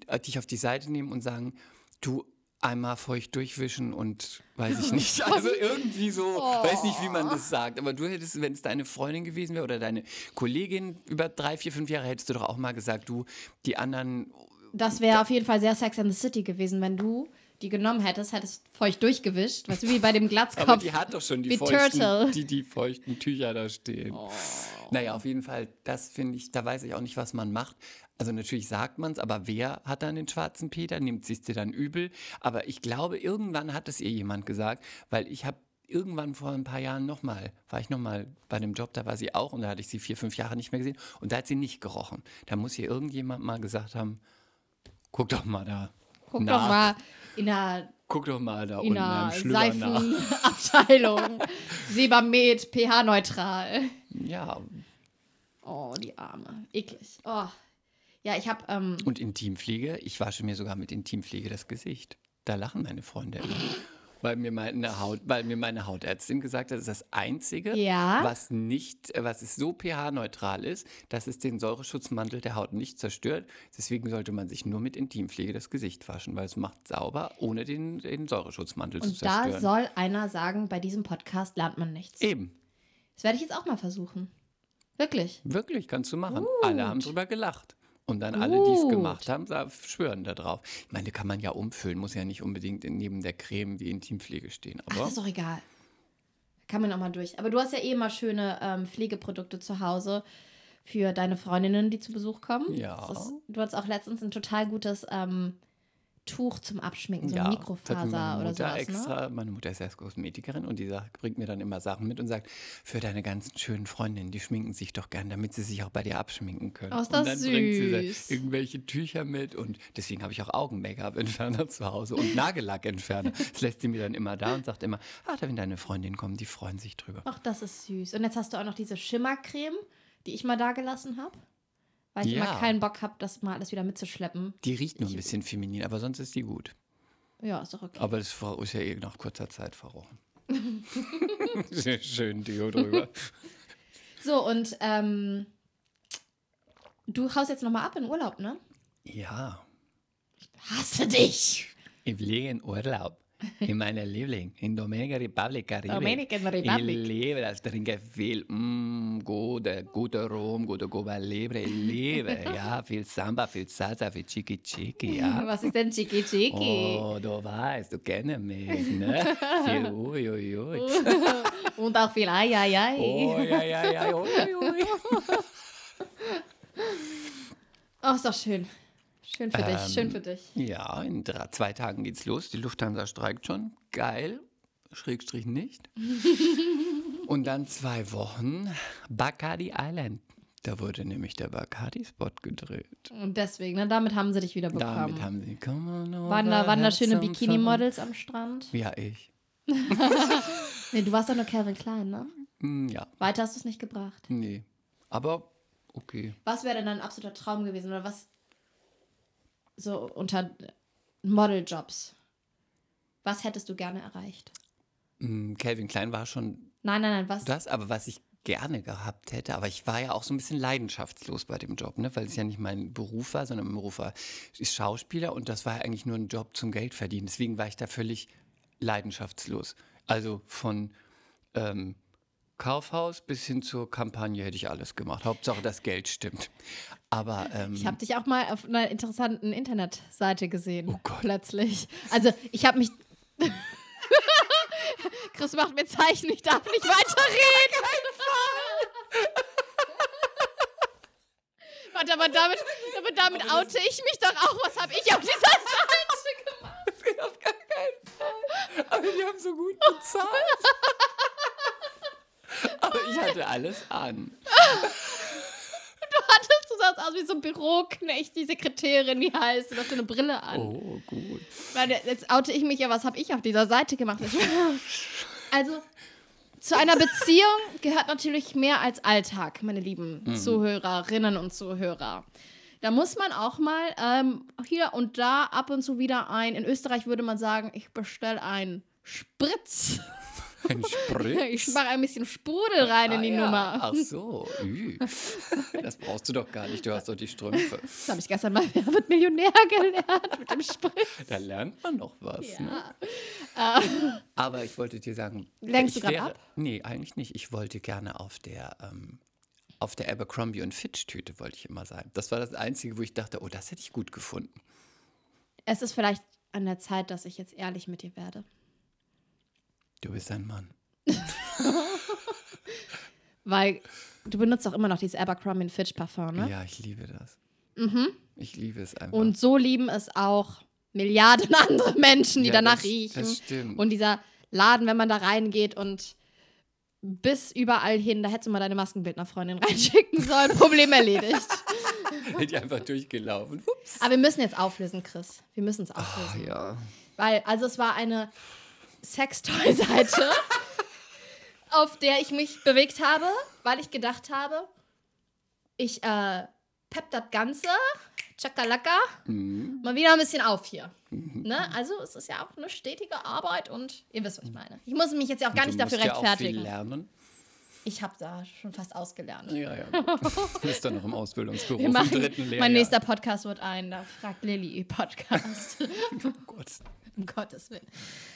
äh, dich auf die Seite nehmen und sagen, du einmal feucht durchwischen und weiß ich nicht. Also irgendwie so, weiß nicht, wie man das sagt. Aber du hättest, wenn es deine Freundin gewesen wäre oder deine Kollegin über drei, vier, fünf Jahre, hättest du doch auch mal gesagt, du, die anderen oh, Das wäre auf jeden Fall sehr Sex and the City gewesen, wenn du die genommen hättest, hättest feucht durchgewischt. Weißt du, wie bei dem Glatzkopf. Aber die hat doch schon die wie feuchten, Turtle. Oh. die, die feuchten Tücher da stehen. Naja, auf jeden Fall, das finde ich, da weiß ich auch nicht, was man macht. Also natürlich sagt man es, aber wer hat dann den schwarzen Peter? Nimmt sie es dir dann übel? Aber ich glaube, irgendwann hat es ihr jemand gesagt, weil ich habe irgendwann vor ein paar Jahren nochmal, war ich nochmal bei einem Job, da war sie auch und da hatte ich sie vier, fünf Jahre nicht mehr gesehen und da hat sie nicht gerochen. Da muss ihr irgendjemand mal gesagt haben, guck doch mal da. Guck nach. doch mal in einer, Guck doch mal da in unten am einer Schlüpper nach. Seifenabteilung. Sebamed, pH-neutral. Ja, Oh, die Arme. Eklig. Oh. Ja, ich habe ähm, Und Intimpflege, ich wasche mir sogar mit Intimpflege das Gesicht. Da lachen meine Freunde immer. Weil mir, meine Haut, weil mir meine Hautärztin gesagt hat, das ist das Einzige, Ja. was nicht, äh, was es so pH-neutral ist, dass es den Säureschutzmantel der Haut nicht zerstört. Deswegen sollte man sich nur mit Intimpflege das Gesicht waschen, weil es macht sauber, ohne den, den Säureschutzmantel zu Und da zerstören. soll einer sagen, bei diesem Podcast lernt man nichts. Eben, Das werde ich jetzt auch mal versuchen. Wirklich. wirklich, kannst du machen. Alle haben drüber gelacht. Und dann alle, die es Gut. gemacht haben, da schwören da drauf. Ich meine, kann man ja umfüllen, muss ja nicht unbedingt in- neben der Creme die Intimpflege stehen. Ach, Aber das ist doch egal. Kann man auch mal durch. Aber du hast ja eh immer schöne ähm, Pflegeprodukte zu Hause für deine Freundinnen, die zu Besuch kommen. Ja. Das Ist, du hattest auch letztens ein total gutes ähm, Tuch zum Abschminken, so ein das hat mir meine Mikrofaser oder Mutter sowas. Ne? extra, Meine Mutter ist erst Kosmetikerin und die sagt, bringt mir dann immer Sachen mit und sagt, für deine ganzen schönen Freundinnen, die schminken sich doch gern, damit sie sich auch bei dir abschminken können. Oh, ist und dann das bringt sie dann süß. irgendwelche Tücher mit und deswegen habe ich auch Augen-Make-up-Entferner zu Hause und Nagellack-Entferner. Das lässt sie mir dann immer da und sagt immer, ah, da wenn deine Freundinnen kommen, die freuen sich drüber. Ach, das ist süß. Und jetzt hast du auch noch diese Schimmercreme, die ich mal da gelassen habe. Weil ich Ja. immer keinen Bock habe, das mal alles wieder mitzuschleppen. Die riecht nur ein bisschen feminin, aber sonst ist die gut. Ja, ist doch okay. Aber das ver- ist ja eh nach kurzer Zeit verrochen. Schön Deo drüber. So, und ähm, du haust jetzt nochmal ab in Urlaub, ne? Ja, Hasse dich! ich liege in Urlaub. In meiner Liebling, in Dominica Republic, Karibik. Dominican Republic. Ich liebe das, trinke viel, mm, gute, gute Rum, gute Cuba Libre, ich liebe, ja, viel Samba, viel Salsa, viel Chiki Chiki, ja. Was ist denn Chiki Chiki? Oh, du weißt, du kennst mich, ne? Viel ui, ui, ui. Und auch viel Ei, Ei, Ei. Oh, ja, ja, ja, ui, ui. Oh, ist doch schön. Schön für Ähm, dich, schön für dich. Ja, in drei, zwei Tagen geht's los. Die Lufthansa streikt schon. Geil. Schrägstrich nicht. Und dann zwei Wochen Bacardi Island. Da wurde nämlich der Bacardi-Spot gedreht. Und deswegen, ne, damit haben sie dich wieder bekommen. Damit haben sie, come on over, waren da, waren da have schöne some Bikini-Models am Strand? fun. Ja, ich. Nee, du warst doch nur Calvin Klein, ne? Hm, ja, Weiter hast du es nicht gebracht. nee. Aber okay. Was wäre denn dein absoluter Traum gewesen? Oder was so unter Modeljobs? Was hättest du gerne erreicht? Hm, Calvin Klein war schon Nein, nein, nein, was? das, aber was ich gerne gehabt hätte, aber ich war ja auch so ein bisschen leidenschaftslos bei dem Job, ne? weil es ja nicht mein Beruf war, sondern mein Beruf war ist Schauspieler und das war ja eigentlich nur ein Job zum Geld verdienen. Deswegen war ich da völlig leidenschaftslos. Also von ähm, Kaufhaus bis hin zur Kampagne hätte ich alles gemacht. Hauptsache das Geld stimmt. Aber ähm, Ich habe dich auch mal auf einer interessanten Internetseite gesehen. Oh Gott. Plötzlich. Also, ich habe mich. Chris macht mir Zeichen, ich darf nicht weiterreden. Warte, aber damit, aber damit oute ich mich doch auch. Was habe ich auf dieser Seite gemacht? auf gar keinen Fall. Aber die haben so gut bezahlt. Aber ich hatte alles an. Hattest du sonst aus wie so ein Büroknecht, die Sekretärin, wie heißt du? Du hast so eine Brille an. Oh, gut. Warte, jetzt oute ich mich ja, was habe ich auf dieser Seite gemacht? Also, zu einer Beziehung gehört natürlich mehr als Alltag, meine lieben Mhm. Zuhörerinnen und Zuhörer. Da muss man auch mal ähm, hier und da ab und zu wieder ein, in Österreich würde man sagen, ich bestelle einen Spritz. Ein Ich Spritz. mache ein bisschen Sprudel rein in die Ah, ja. Nummer. Ach so. Ü. Das brauchst du doch gar nicht. Du hast doch die Strümpfe. Das habe ich gestern mal Wer wird Millionär gelernt mit dem Spritz. Da lernt man noch was. Ne? Ja. Aber ich wollte dir sagen. Lenkst ich du grad wäre- ab? Nee, eigentlich nicht. Ich wollte gerne auf der, ähm, auf der Abercrombie und Fitch-Tüte wollte ich immer sein. Das war das Einzige, wo ich dachte, oh, das hätte ich gut gefunden. Es ist vielleicht an der Zeit, dass ich jetzt ehrlich mit dir werde. Du bist ein Mann. Weil du benutzt auch immer noch dieses Abercrombie Fitch Parfum, ne? Mhm. Ja, ich liebe das. Ich liebe es einfach. Und so lieben es auch Milliarden andere Menschen, die Ja, danach das- riechen. Das stimmt. Und dieser Laden, wenn man da reingeht und bis überall hin, da hättest du mal deine Maskenbildnerfreundin reinschicken sollen. Problem erledigt. bin ich einfach durchgelaufen. Ups. Aber wir müssen jetzt auflösen, Chris. Wir müssen es Ach auflösen. Ah, ja. Weil, also es war eine Sextoy-Seite, auf der ich mich bewegt habe, weil ich gedacht habe, ich äh, pepp das Ganze, tschakalaka, Mhm. mal wieder ein bisschen auf hier. Ne? Also es ist ja auch eine stetige Arbeit und ihr wisst, was ich meine. Ich muss mich jetzt ja auch gar nicht du dafür musst ja auch viel rechtfertigen. lernen. ich habe da schon fast ausgelernt. Ja, ja. Du bist dann noch im Ausbildungsberuf Wir im machen, dritten Lehrjahr. mein nächster Podcast wird ein, da fragt Lilly ihr Podcast. Oh Gott. um Gottes Willen.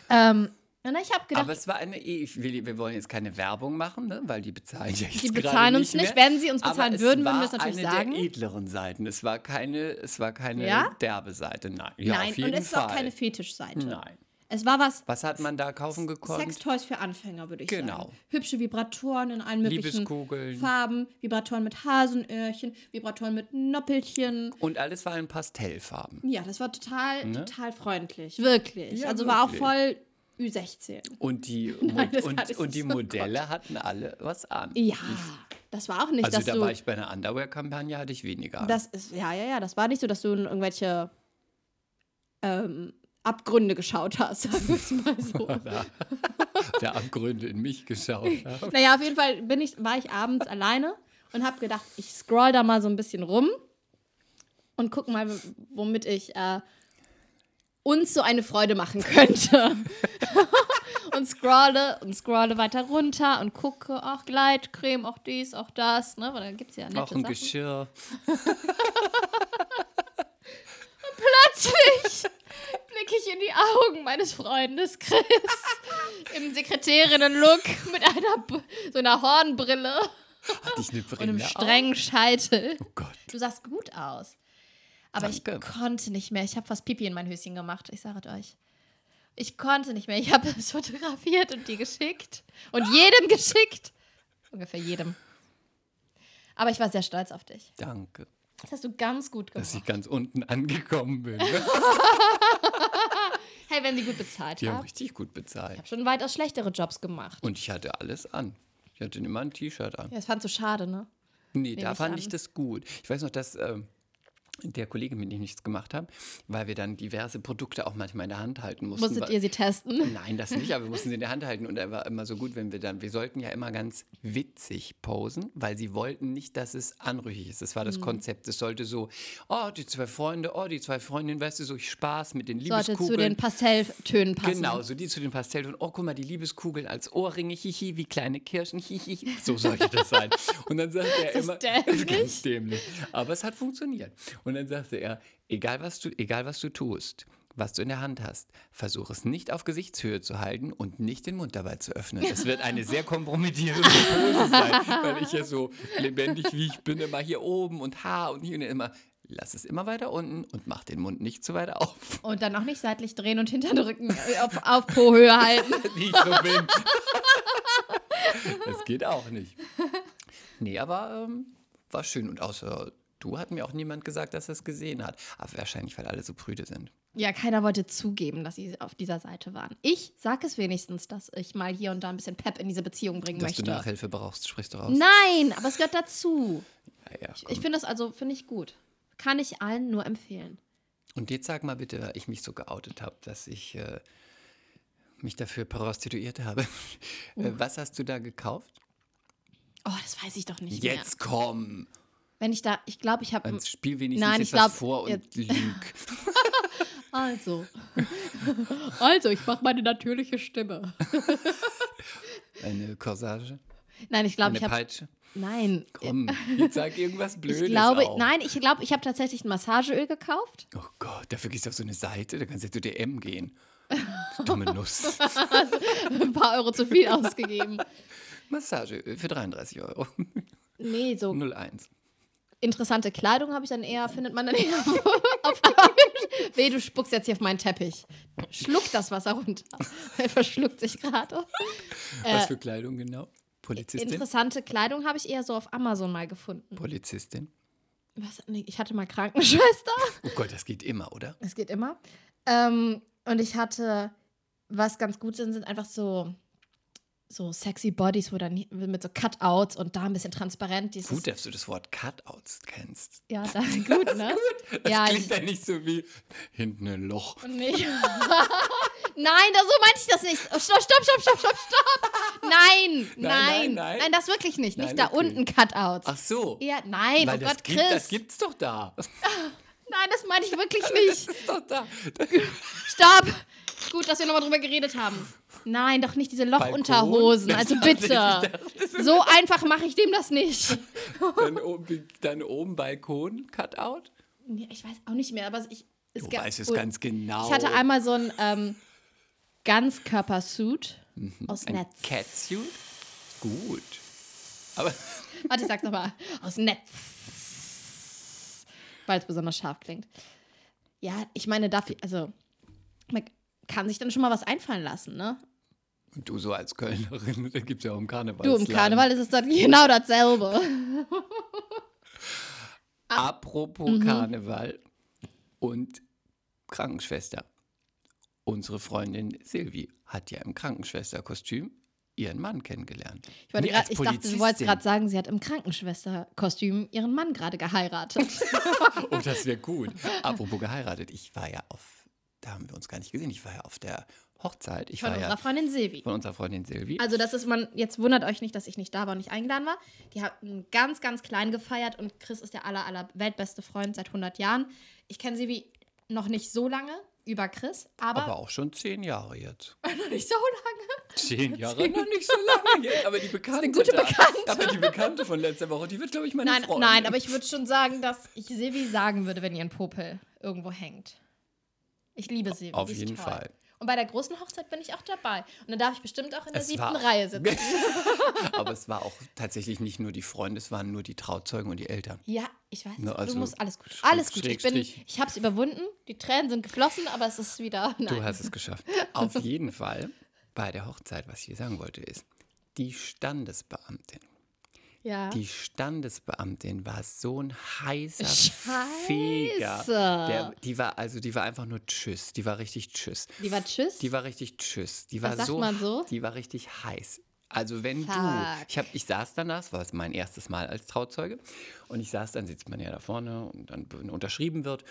Ähm, und ich habe gedacht, Aber es war eine, ich will, wir wollen jetzt keine Werbung machen, ne? weil die bezahlen ja jetzt Die gerade bezahlen uns nicht. mehr. Wenn sie uns Aber bezahlen es würden, war würden wir es natürlich eine sagen. Der edleren Seiten. Es war keine, es war keine Ja? derbe Seite. Nein, ja, Nein, auf jeden und es Fall. ist auch keine Fetischseite. Nein. Es war was Was hat man da kaufen gekonnt? Sextoys für Anfänger, würde ich Genau. sagen. Hübsche Vibratoren in allen möglichen Liebeskugeln. Farben, Vibratoren mit Hasenöhrchen, Vibratoren mit Noppelchen. Und alles war in Pastellfarben. Ja, das war total, Ne? total freundlich. Wirklich. Ja, also war auch wirklich. voll Ü16. Und die, Nein, das hatte und, ich und die nicht. Oh Modelle hatten alle was an. Ja, das war auch nicht, also dass da du. war ich bei einer Underwear-Kampagne, hatte ich weniger. an. das ist, ja, ja, ja, das war nicht so, dass du in irgendwelche ähm, Abgründe geschaut hast, sagen wir es mal so. der Abgründe in mich geschaut habe. Naja, auf jeden Fall bin ich, war ich abends alleine und habe gedacht, ich scroll da mal so ein bisschen rum und guck mal, womit ich äh, uns so eine Freude machen könnte. und scrolle und scrolle weiter runter und gucke, ach, Gleitcreme, auch dies, auch das, ne? Weil da gibt's ja nette Auch ein Sachen. Geschirr. Plötzlich blicke ich in die Augen meines Freundes Chris im Sekretärinnen-Look mit einer, B- so einer Hornbrille Hatte ich eine Brille und einem auf? strengen Scheitel. Oh Gott. Du sahst gut aus. Aber Danke. ich konnte nicht mehr. Ich habe fast Pipi in mein Höschen gemacht. Ich sage es euch. Ich konnte nicht mehr. Ich habe es fotografiert und dir geschickt. Und Ah! jedem geschickt. Ungefähr jedem. Aber ich war sehr stolz auf dich. Danke, Das hast du ganz gut dass ich gemacht. ganz unten angekommen bin. Hey, wenn sie gut bezahlt Die haben haben. Ich richtig gut bezahlt. habe schon weitaus schlechtere Jobs gemacht. Und ich hatte alles an. Ich hatte immer ein T-Shirt an. Ja, das fandst du schade, ne? Nee, da ich fand an. ich das gut. Ich weiß noch, dass ähm, der Kollegin, mit der ich nichts gemacht habe, weil wir dann diverse Produkte auch manchmal in der Hand halten mussten. Musstet weil- ihr sie testen? Nein, das nicht, aber wir mussten sie in der Hand halten und er war immer so gut, wenn wir dann, wir sollten ja immer ganz witzig posen, weil sie wollten nicht, dass es anrüchig ist. Das war Mhm. das Konzept. Es sollte so, oh, die zwei Freunde, oh, die zwei Freundinnen, weißt du, so Spaß mit den Sollte Liebeskugeln. zu den Pastelltönen passen. Genau, so die zu den Pastelltönen. Oh, guck mal, die Liebeskugeln als Ohrringe, hihi, wie kleine Kirschen, hihi. So sollte das sein. Und dann sagte er Das ist immer, dämlich. ganz dämlich. Aber es hat funktioniert. Und dann sagte er, egal was du, egal was du tust, was du in der Hand hast, versuch es nicht auf Gesichtshöhe zu halten und nicht den Mund dabei zu öffnen. Es wird eine sehr kompromittierende Pose sein, weil ich ja so lebendig wie ich bin immer hier oben und ha und hier und immer. Lass es immer weiter unten und mach den Mund nicht zu weit auf. Und dann auch nicht seitlich drehen und hinterdrücken, äh, auf, auf Po-Höhe halten. wie ich so bin. das geht auch nicht. Nee, aber ähm, war schön. Und außer du hat mir auch niemand gesagt, dass er es gesehen hat. Aber wahrscheinlich, weil alle so prüde sind. Ja, keiner wollte zugeben, dass sie auf dieser Seite waren. Ich sag es wenigstens, dass ich mal hier und da ein bisschen Pep in diese Beziehung bringen Dass du möchte. Nachhilfe brauchst, sprichst du raus. Ah, Nein, aber es gehört dazu. Ja, ja, komm. Ich finde das also, finde ich gut. Kann ich allen nur empfehlen. Und jetzt sag mal bitte, weil ich mich so geoutet habe, dass ich äh, mich dafür prostituiert habe. Äh, Was hast du da gekauft? Oh, das weiß ich doch nicht mehr. Jetzt komm! Wenn ich da, ich glaube, ich habe. Als Spiel wenigstens Nein, jetzt ich was glaub, vor und jetzt- lüg. Also. also, ich mache meine natürliche Stimme. Eine Corsage? Nein, ich glaube, Eine ich habe. Peitsche? Nein. Komm, jetzt sag irgendwas Blödes. Ich glaube, auch. nein, ich glaube, ich habe tatsächlich ein Massageöl gekauft. Oh Gott, dafür gehst du auf so eine Seite, da kannst du ja zu DM gehen. Du Dumme Nuss. Ein paar Euro zu viel ausgegeben. Massageöl für 33 Euro. Nee, so 01. interessante Kleidung habe ich dann eher, findet man dann eher auf Weh, du spuckst jetzt hier auf meinen Teppich. Schluck das Wasser runter. Er verschluckt sich gerade. Äh, Was für Kleidung genau? Polizistin? Interessante Kleidung habe ich eher so auf Amazon mal gefunden. Polizistin? Was? Nee, ich hatte mal Krankenschwester. Oh Gott, das geht immer, oder? Es geht immer. Ähm, und ich hatte, was ganz gut sind, sind einfach so, so sexy Bodies, wo dann mit so Cutouts und da ein bisschen transparent dieses. Gut, dass du das Wort Cutouts kennst. Ja, das ist gut, ne? Das Ja, klingt ich- ja nicht so wie hinten ein Loch. Nee. nein, da, so meinte ich das nicht. Oh, Stopp, stopp, stopp, stopp, stopp, stopp. Nein, nein, nein, nein. nein. Nein, das wirklich nicht. Nicht Nein, da okay. unten Cutouts. Ach so. Ja, nein, Weil oh das, Gott, gibt, Chris. das gibt's doch da. Das nein, das meine ich wirklich nicht. ist doch da. Stopp. Gut, dass wir nochmal drüber geredet haben. Nein, doch nicht diese Lochunterhosen. Balkon? Also Das dachte bitte. So einfach mache ich dem das nicht. Dann oben, dann oben Balkon, Cutout. Nee, ich weiß auch nicht mehr, aber ich. Es Du gab- weißt es oh, ganz genau. Ich hatte einmal so ein ähm, Ganzkörpersuit aus Mhm. ein Netz. Catsuit. Gut. Aber Warte, ich sag's nochmal. Aus Netz. Weil es besonders scharf klingt. Ja, ich meine, dafür, also, man kann sich dann schon mal was einfallen lassen, ne? Und du so als Kölnerin, da gibt es ja auch im Karneval. Du, im Karneval ist es dann genau dasselbe. ah. Apropos Mhm. Karneval und Krankenschwester. Unsere Freundin Silvi hat ja im Krankenschwesterkostüm ihren Mann kennengelernt. Ich, wollte Nee, grad, als ich dachte, du wolltest Polizistin. gerade sagen, sie hat im Krankenschwesterkostüm ihren Mann gerade geheiratet. Oh, das wäre gut. Apropos geheiratet, ich war ja auf, da haben wir uns gar nicht gesehen, ich war ja auf der Hochzeit. Ich Von war ja unserer Freundin Silvi. von unserer Freundin Silvi. Also, das ist man, jetzt wundert euch nicht, dass ich nicht da war und nicht eingeladen war. Die haben ganz, ganz klein gefeiert und Chris ist der aller, aller weltbeste Freund seit 100 Jahren. Ich kenne sie wie noch nicht so lange über Chris, aber, aber auch schon zehn Jahre jetzt. noch nicht so lange. Zehn Jahre? noch nicht so lange jetzt. Aber die Bekannte. eine gute da- Aber die Bekannte von letzter Woche, die wird, glaube ich, meine Nein, Freundin. nein, aber ich würde schon sagen, dass ich Silvi sagen würde, wenn ihr ein Popel irgendwo hängt. Ich liebe Silvi. Auf sie ist jeden toll. Fall. Und bei der großen Hochzeit bin ich auch dabei. Und dann darf ich bestimmt auch in der Es siebten war- Reihe sitzen. Aber es war auch tatsächlich nicht nur die Freunde, es waren nur die Trauzeugen und die Eltern. Ja, ich weiß. Na, also, du musst alles gut. Schräg- Alles gut. Ich, bin, Schrägstrich. ich habe es überwunden. Die Tränen sind geflossen, aber es ist wieder. Nein. Du hast es geschafft. Auf jeden Fall bei der Hochzeit, was ich hier sagen wollte, ist, die Standesbeamtin. ja. Die Standesbeamtin war so ein heißer Scheiße. Feger. Der, die war also, die war einfach nur tschüss. Die war richtig tschüss. Die war tschüss. Die war richtig tschüss. Die war Was sagt so, man so? Die war richtig heiß. Also wenn du, Fuck. ich, hab, ich saß dann da, es war mein erstes Mal als Trauzeuge und ich saß, dann sitzt man ja da vorne und dann wenn unterschrieben wird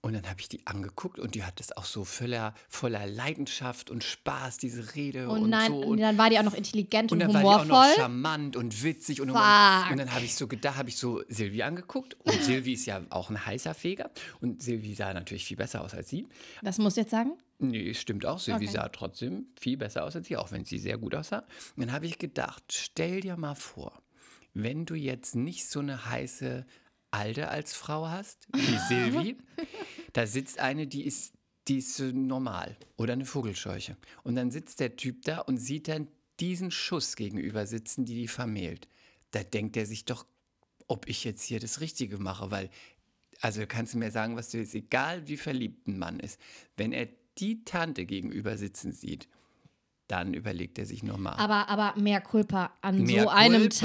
und dann habe ich die angeguckt und die hat das auch so voller, voller Leidenschaft und Spaß, diese Rede und, Und Oh nein, so. und dann war die auch noch intelligent und, Und dann war die auch noch humorvoll. charmant und witzig und, und Fuck. dann habe ich so gedacht, habe ich so Silvi angeguckt und Silvi ist ja auch ein heißer Feger und Silvi sah natürlich viel besser aus als sie. Das muss jetzt sagen. Nee, stimmt auch, Silvi Okay. sah trotzdem viel besser aus als sie, auch wenn sie sehr gut aussah. Und dann habe ich gedacht, stell dir mal vor, wenn du jetzt nicht so eine heiße Alte als Frau hast, wie Silvi, da sitzt eine, die ist, die ist äh, normal oder eine Vogelscheuche. Und dann sitzt der Typ da und sieht dann diesen Schuss gegenüber sitzen, die die vermählt. Da denkt er sich doch, ob ich jetzt hier das Richtige mache, weil, also kannst du mir sagen, was du willst, egal wie verliebt ein Mann ist, wenn er die Tante gegenüber sitzen sieht, dann überlegt er sich nochmal. Aber, aber mehr Culpa. An Mea so einem Ah. culpa.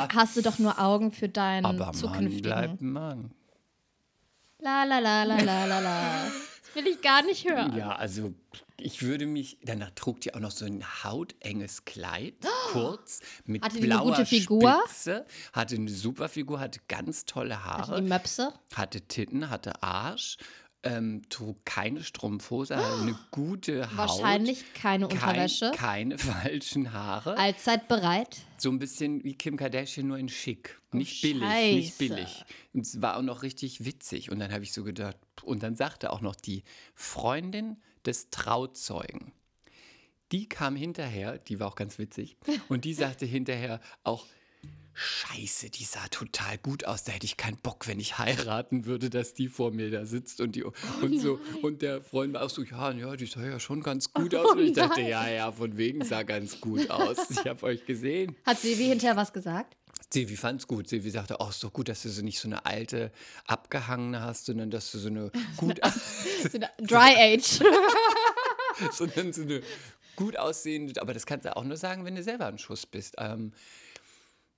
Tag hast du doch nur Augen für deinen Aber Mann zukünftigen. bleibt Mann. La la la la la la la. Das will ich gar nicht hören. Ja, also ich würde mich, danach trug die auch noch so ein hautenges Kleid, kurz, mit Hatte die eine blauer gute Figur? Spitze, hatte eine super Figur, hatte ganz tolle Haare, Die Möpse. hatte Titten, hatte Arsch, ähm, trug keine Strumpfhose, hatte eine gute Haut. Wahrscheinlich keine kein- Unterwäsche. Keine falschen Haare. Allzeit bereit. So ein bisschen wie Kim Kardashian, nur in schick. Nicht billig, nicht Scheiße. billig. Und es war auch noch richtig witzig. Und dann habe ich so gedacht, und dann sagte auch noch die Freundin des Trauzeugen. Die kam hinterher, die war auch ganz witzig, und die sagte hinterher auch, Scheiße, die sah total gut aus. Da hätte ich keinen Bock, wenn ich heiraten würde, dass die vor mir da sitzt und die und so. Und der Freund war auch so, ja, ja, die sah ja schon ganz gut aus. und ich dachte, ja, ja, von wegen sah ganz gut aus. Ich habe euch gesehen. Hat sie wie hinterher was gesagt? Silvi fand's gut. Silvi sagte, oh, ist doch gut, dass du so nicht so eine alte, abgehangene hast, sondern dass du so eine gut, So eine Dry Age. sondern so eine gut aussehende, aber das kannst du auch nur sagen, wenn du selber ein Schuss bist. Ähm,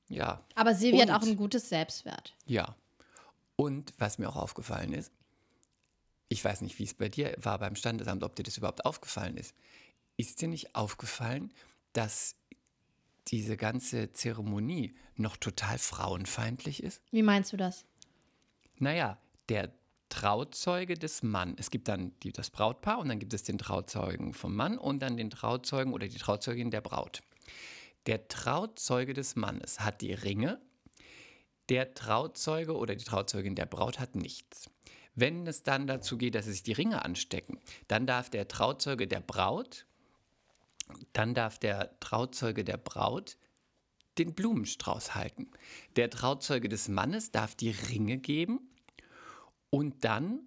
ja, Aber Silvi hat Und? auch ein gutes Selbstwert. ja. Und was mir auch aufgefallen ist, ich weiß nicht, wie es bei dir war beim Standesamt, ob dir das überhaupt aufgefallen ist. Ist dir nicht aufgefallen, dass diese ganze Zeremonie noch total frauenfeindlich ist? Wie meinst du das? Naja, der Trauzeuge des Mann. Es gibt dann die, das Brautpaar und dann gibt es den Trauzeugen vom Mann und dann den Trauzeugen oder die Trauzeugin der Braut. Der Trauzeuge des Mannes hat die Ringe, der Trauzeuge oder die Trauzeugin der Braut hat nichts. Wenn es dann dazu geht, dass sie sich die Ringe anstecken, dann darf der Trauzeuge der Braut, dann darf der Trauzeuge der Braut den Blumenstrauß halten. Der Trauzeuge des Mannes darf die Ringe geben und dann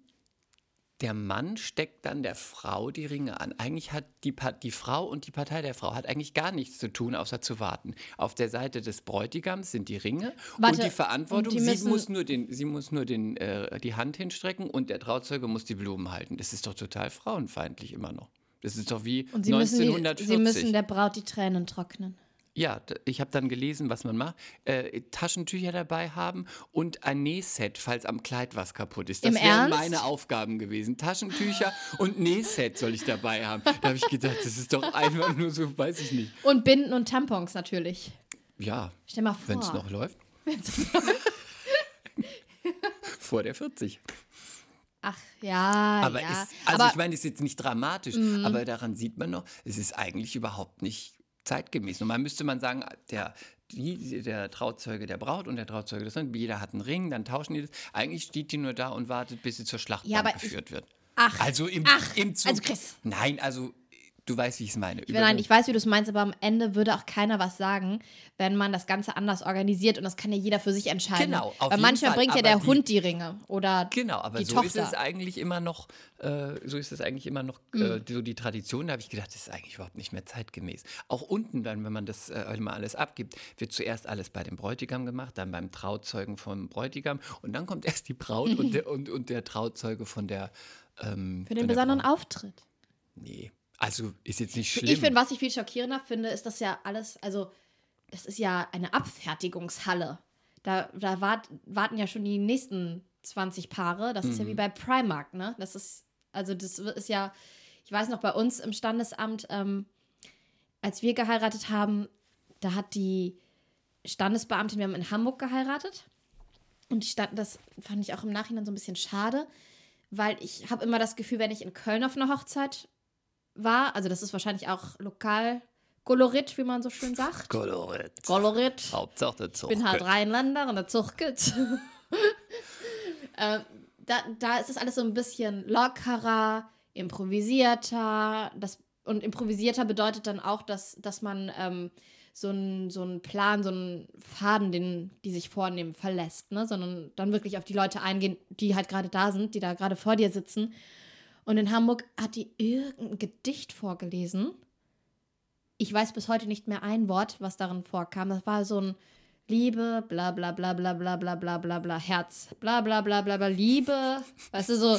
der Mann steckt dann der Frau die Ringe an. Eigentlich hat die, Pa- die Frau und die Partei der Frau hat eigentlich gar nichts zu tun, außer zu warten. Auf der Seite des Bräutigams sind die Ringe Warte, und die Verantwortung. und die sie müssen- muss nur, den, sie muss nur den, äh, die Hand hinstrecken und der Trauzeuge muss die Blumen halten. Das ist doch total frauenfeindlich immer noch. Das ist doch wie Und sie müssen, die, 1940. sie müssen der Braut die Tränen trocknen. Ja, d- ich habe dann gelesen, was man macht. Äh, Taschentücher dabei haben und ein Nähset, falls am Kleid was kaputt ist. Das Im wären Ernst? meine Aufgaben gewesen. Taschentücher und Nähset soll ich dabei haben. Da habe ich gedacht, das ist doch einfach nur so, weiß ich nicht. Und Binden und Tampons natürlich. Ja, Stell mal vor. wenn es noch läuft. Vor der 40. Ach ja, Aber, Ah, ja. ist, also aber Mhm. ich meine, das ist jetzt nicht dramatisch, aber daran sieht man noch, es ist eigentlich überhaupt nicht zeitgemäß. Normal müsste man sagen, der, die, der Trauzeuge der Braut und der Trauzeuge des Mannes, jeder hat einen Ring, dann tauschen die das. Eigentlich steht die nur da und wartet, bis sie zur Ja, Schlachtbank aber ich- geführt wird. Ach, also im, ach, im Zug. also Chris. Nein, also du weißt, wie ich es meine. Ich- Nein, ich weiß, wie du es meinst, aber am Ende würde auch keiner was sagen, wenn man das Ganze anders organisiert und das kann ja jeder für sich entscheiden. Genau, auf Weil jeden manchmal Fall, bringt ja aber der die- Hund die Ringe oder Genau, aber die so Tochter. ist es eigentlich immer noch, äh, so ist es eigentlich immer noch Mhm. äh, so die Tradition. Da habe ich gedacht, das ist eigentlich überhaupt nicht mehr zeitgemäß. Auch unten dann, wenn man das äh, immer alles abgibt, wird zuerst alles bei dem Bräutigam gemacht, dann beim Trauzeugen vom Bräutigam und dann kommt erst die Braut und, der, und, und der Trauzeuge von der. Ähm, für den von der besonderen Braut. Auftritt. Nee, also ist jetzt nicht schlimm. Ich finde, was ich viel schockierender finde, ist das ja alles, also das ist ja eine Abfertigungshalle. Da, da wart, warten ja schon die nächsten 20 Paare. Das Mhm. ist ja wie bei Primark, ne? Das ist, also das ist ja, ich weiß noch, bei uns im Standesamt, ähm, als wir geheiratet haben, da hat die Standesbeamtin, wir haben in Hamburg geheiratet. Und die Stand, das fand ich auch im Nachhinein so ein bisschen schade, weil ich habe immer das Gefühl, wenn ich in Köln auf einer Hochzeit war, also das ist wahrscheinlich auch lokal Kolorit, wie man so schön sagt. Kolorit. Kolorit. Hauptsache der Ich Zucht. bin halt Rheinländer und der Zuchtgut. ähm, da, da ist es alles so ein bisschen lockerer, improvisierter. Das, und improvisierter bedeutet dann auch, dass, dass man ähm, so einen so einen Plan, so einen Faden, den die sich vornehmen, verlässt. Ne? Sondern dann wirklich auf die Leute eingehen, die halt gerade da sind, die da gerade vor dir sitzen. Und in Hamburg hat die irgendein Gedicht vorgelesen. Ich weiß bis heute nicht mehr ein Wort, was darin vorkam. Das war so ein Liebe, bla bla bla bla bla bla bla bla bla, Herz, bla bla bla bla bla, Liebe. Weißt du, so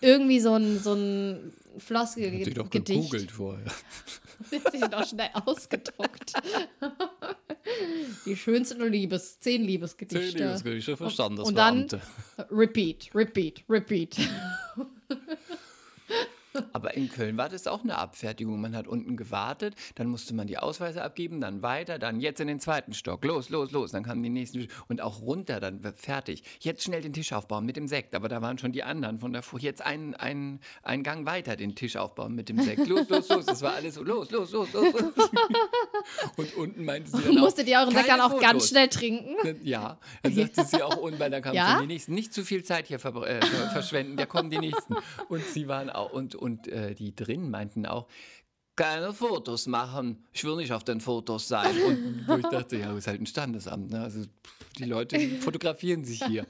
irgendwie so ein, so ein Hat die doch Floskel-Gedicht. gegoogelt vorher. Die hat sich doch schnell ausgedruckt. Die schönsten Liebes, zehn Liebesgedichte. Liebesgerichte, Verstandes- und dann- Beamte. Repeat, repeat, repeat. Aber in Köln war das auch eine Abfertigung. Man hat unten gewartet, dann musste man die Ausweise abgeben, dann weiter, dann jetzt in den zweiten Stock. Los, los, los. Dann kamen die nächsten und auch runter, dann war fertig. Jetzt schnell den Tisch aufbauen mit dem Sekt. Aber da waren schon die anderen von davor. Jetzt einen, einen, einen Gang weiter den Tisch aufbauen mit dem Sekt. Los, los, los. Das war alles so. Los, los, los, los. los. Und unten meinte sie dann auch, Musstet ihr euren Sekt dann keine auch ganz Fotos. schnell trinken? Ne, Ja, dann sagte sie auch, und weil da kamen Ja? schon die nächsten, nicht zu viel Zeit hier verbr- äh, ver- verschwenden, da kommen die nächsten. Und sie waren auch, und, und äh, die drin meinten auch, keine Fotos machen, ich will nicht auf den Fotos sein. Und wo ich dachte, ja, ist halt ein Standesamt, ne? Also pff, die Leute fotografieren sich hier.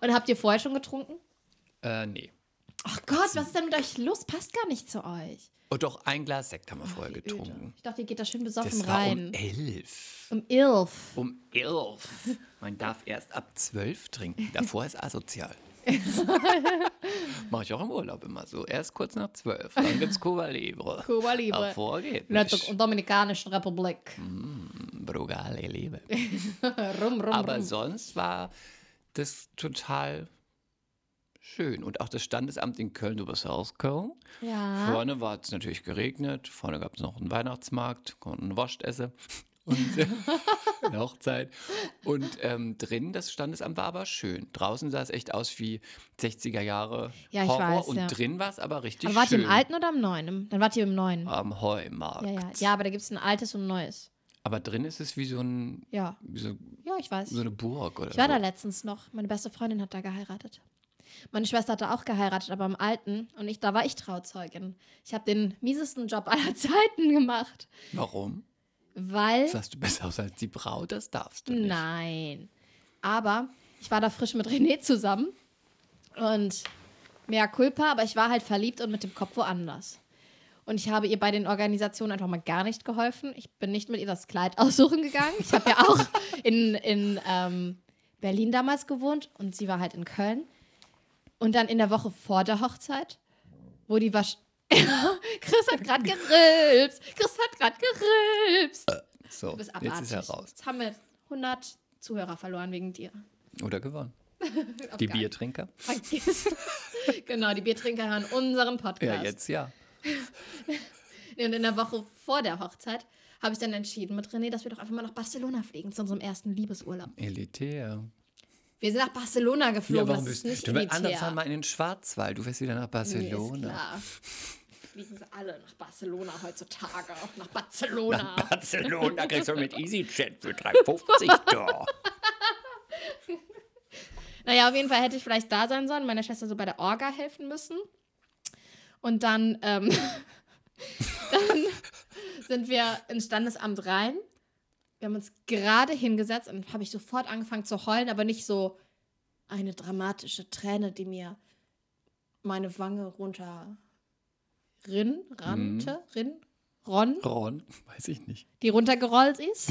Und habt ihr vorher schon getrunken? Äh, nee. Ach Gott, was ist denn mit euch los? Passt gar nicht zu euch. Und Oh, doch ein Glas Sekt haben wir vorher Wie öde. getrunken. Ich dachte, ihr geht da schön besoffen Das war um rein. elf. Um Ilf. Um elf. Man darf erst ab zwölf trinken. Davor ist asozial. Mache ich auch im Urlaub immer so. Erst kurz nach zwölf. Dann gibt's Cuba Libre. Cuba Libre. Davor geht In der Do- nicht. Mm, Dominikanischen Republik. Mhm. Brugale Liebe. Rum, rum, Aber rum. sonst war das total schön. Und auch das Standesamt in Köln, du bist ja aus Köln. Ja. Vorne war es natürlich geregnet, vorne gab es noch einen Weihnachtsmarkt, konnten einen Wurst essen und äh, eine Hochzeit. Und ähm, drin, das Standesamt war aber schön. Draußen sah es echt aus wie 60er Jahre Ja, ich Horror weiß, und ja. drin war es aber richtig Aber wart ihr schön. Ah, im Alten oder im Neuen? Im- Dann wart ihr im Neuen. Am Heumarkt. Ja, ja. ja aber da gibt es ein altes und ein neues. Aber drin ist es wie so, ein, Ja, wie so, ja, ich weiß. so eine Burg oder Ich war so. da letztens noch. Meine beste Freundin hat da geheiratet. Meine Schwester hat da auch geheiratet, aber im Alten. Und ich, da war ich Trauzeugin. Ich habe den miesesten Job aller Zeiten gemacht. Warum? Weil. Sahst du besser aus als die Braut? Das darfst du nicht. Äh? Nein. Aber ich war da frisch mit René zusammen und mehr Culpa, aber ich war halt verliebt und mit dem Kopf woanders. Und ich habe ihr bei den Organisationen einfach mal gar nicht geholfen. Ich bin nicht mit ihr das Kleid aussuchen gegangen. Ich habe ja auch in, in ähm, Berlin damals gewohnt und sie war halt in Köln. Und dann in der Woche vor der Hochzeit, wo die Wasch. Chris hat gerade gerülpst. Chris hat gerade gerülpst. So, Du bist jetzt abartig. ist er raus. Jetzt haben wir 100 Zuhörer verloren wegen dir. Oder gewonnen. Oh Auf Die gar- Biertrinker? Vergiss es. genau, die Biertrinker hören unseren Ja, Podcast. jetzt ja. Nee, Und in der Woche vor der Hochzeit habe ich dann entschieden mit René, dass wir doch einfach mal nach Barcelona fliegen zu unserem ersten Liebesurlaub. Elitär. Wir sind nach Barcelona geflogen. das ist du? nicht du willst anders elitär. fahren mal in den Schwarzwald. Du fährst wieder nach Nee, ist Barcelona. klar. Fliegen sie alle nach Barcelona heutzutage. Nach Barcelona. Barcelona kriegst du mit EasyJet für 3,50 da. Naja, auf jeden Fall hätte ich vielleicht da sein sollen, meiner Schwester so bei der Orga helfen müssen. Und dann, ähm, dann sind wir ins Standesamt rein. Wir haben uns gerade hingesetzt und habe ich sofort angefangen zu heulen, aber nicht so eine dramatische Träne, die mir meine Wange runter rin, rannte, rin, ron, Ron, weiß ich nicht. die runtergerollt ist.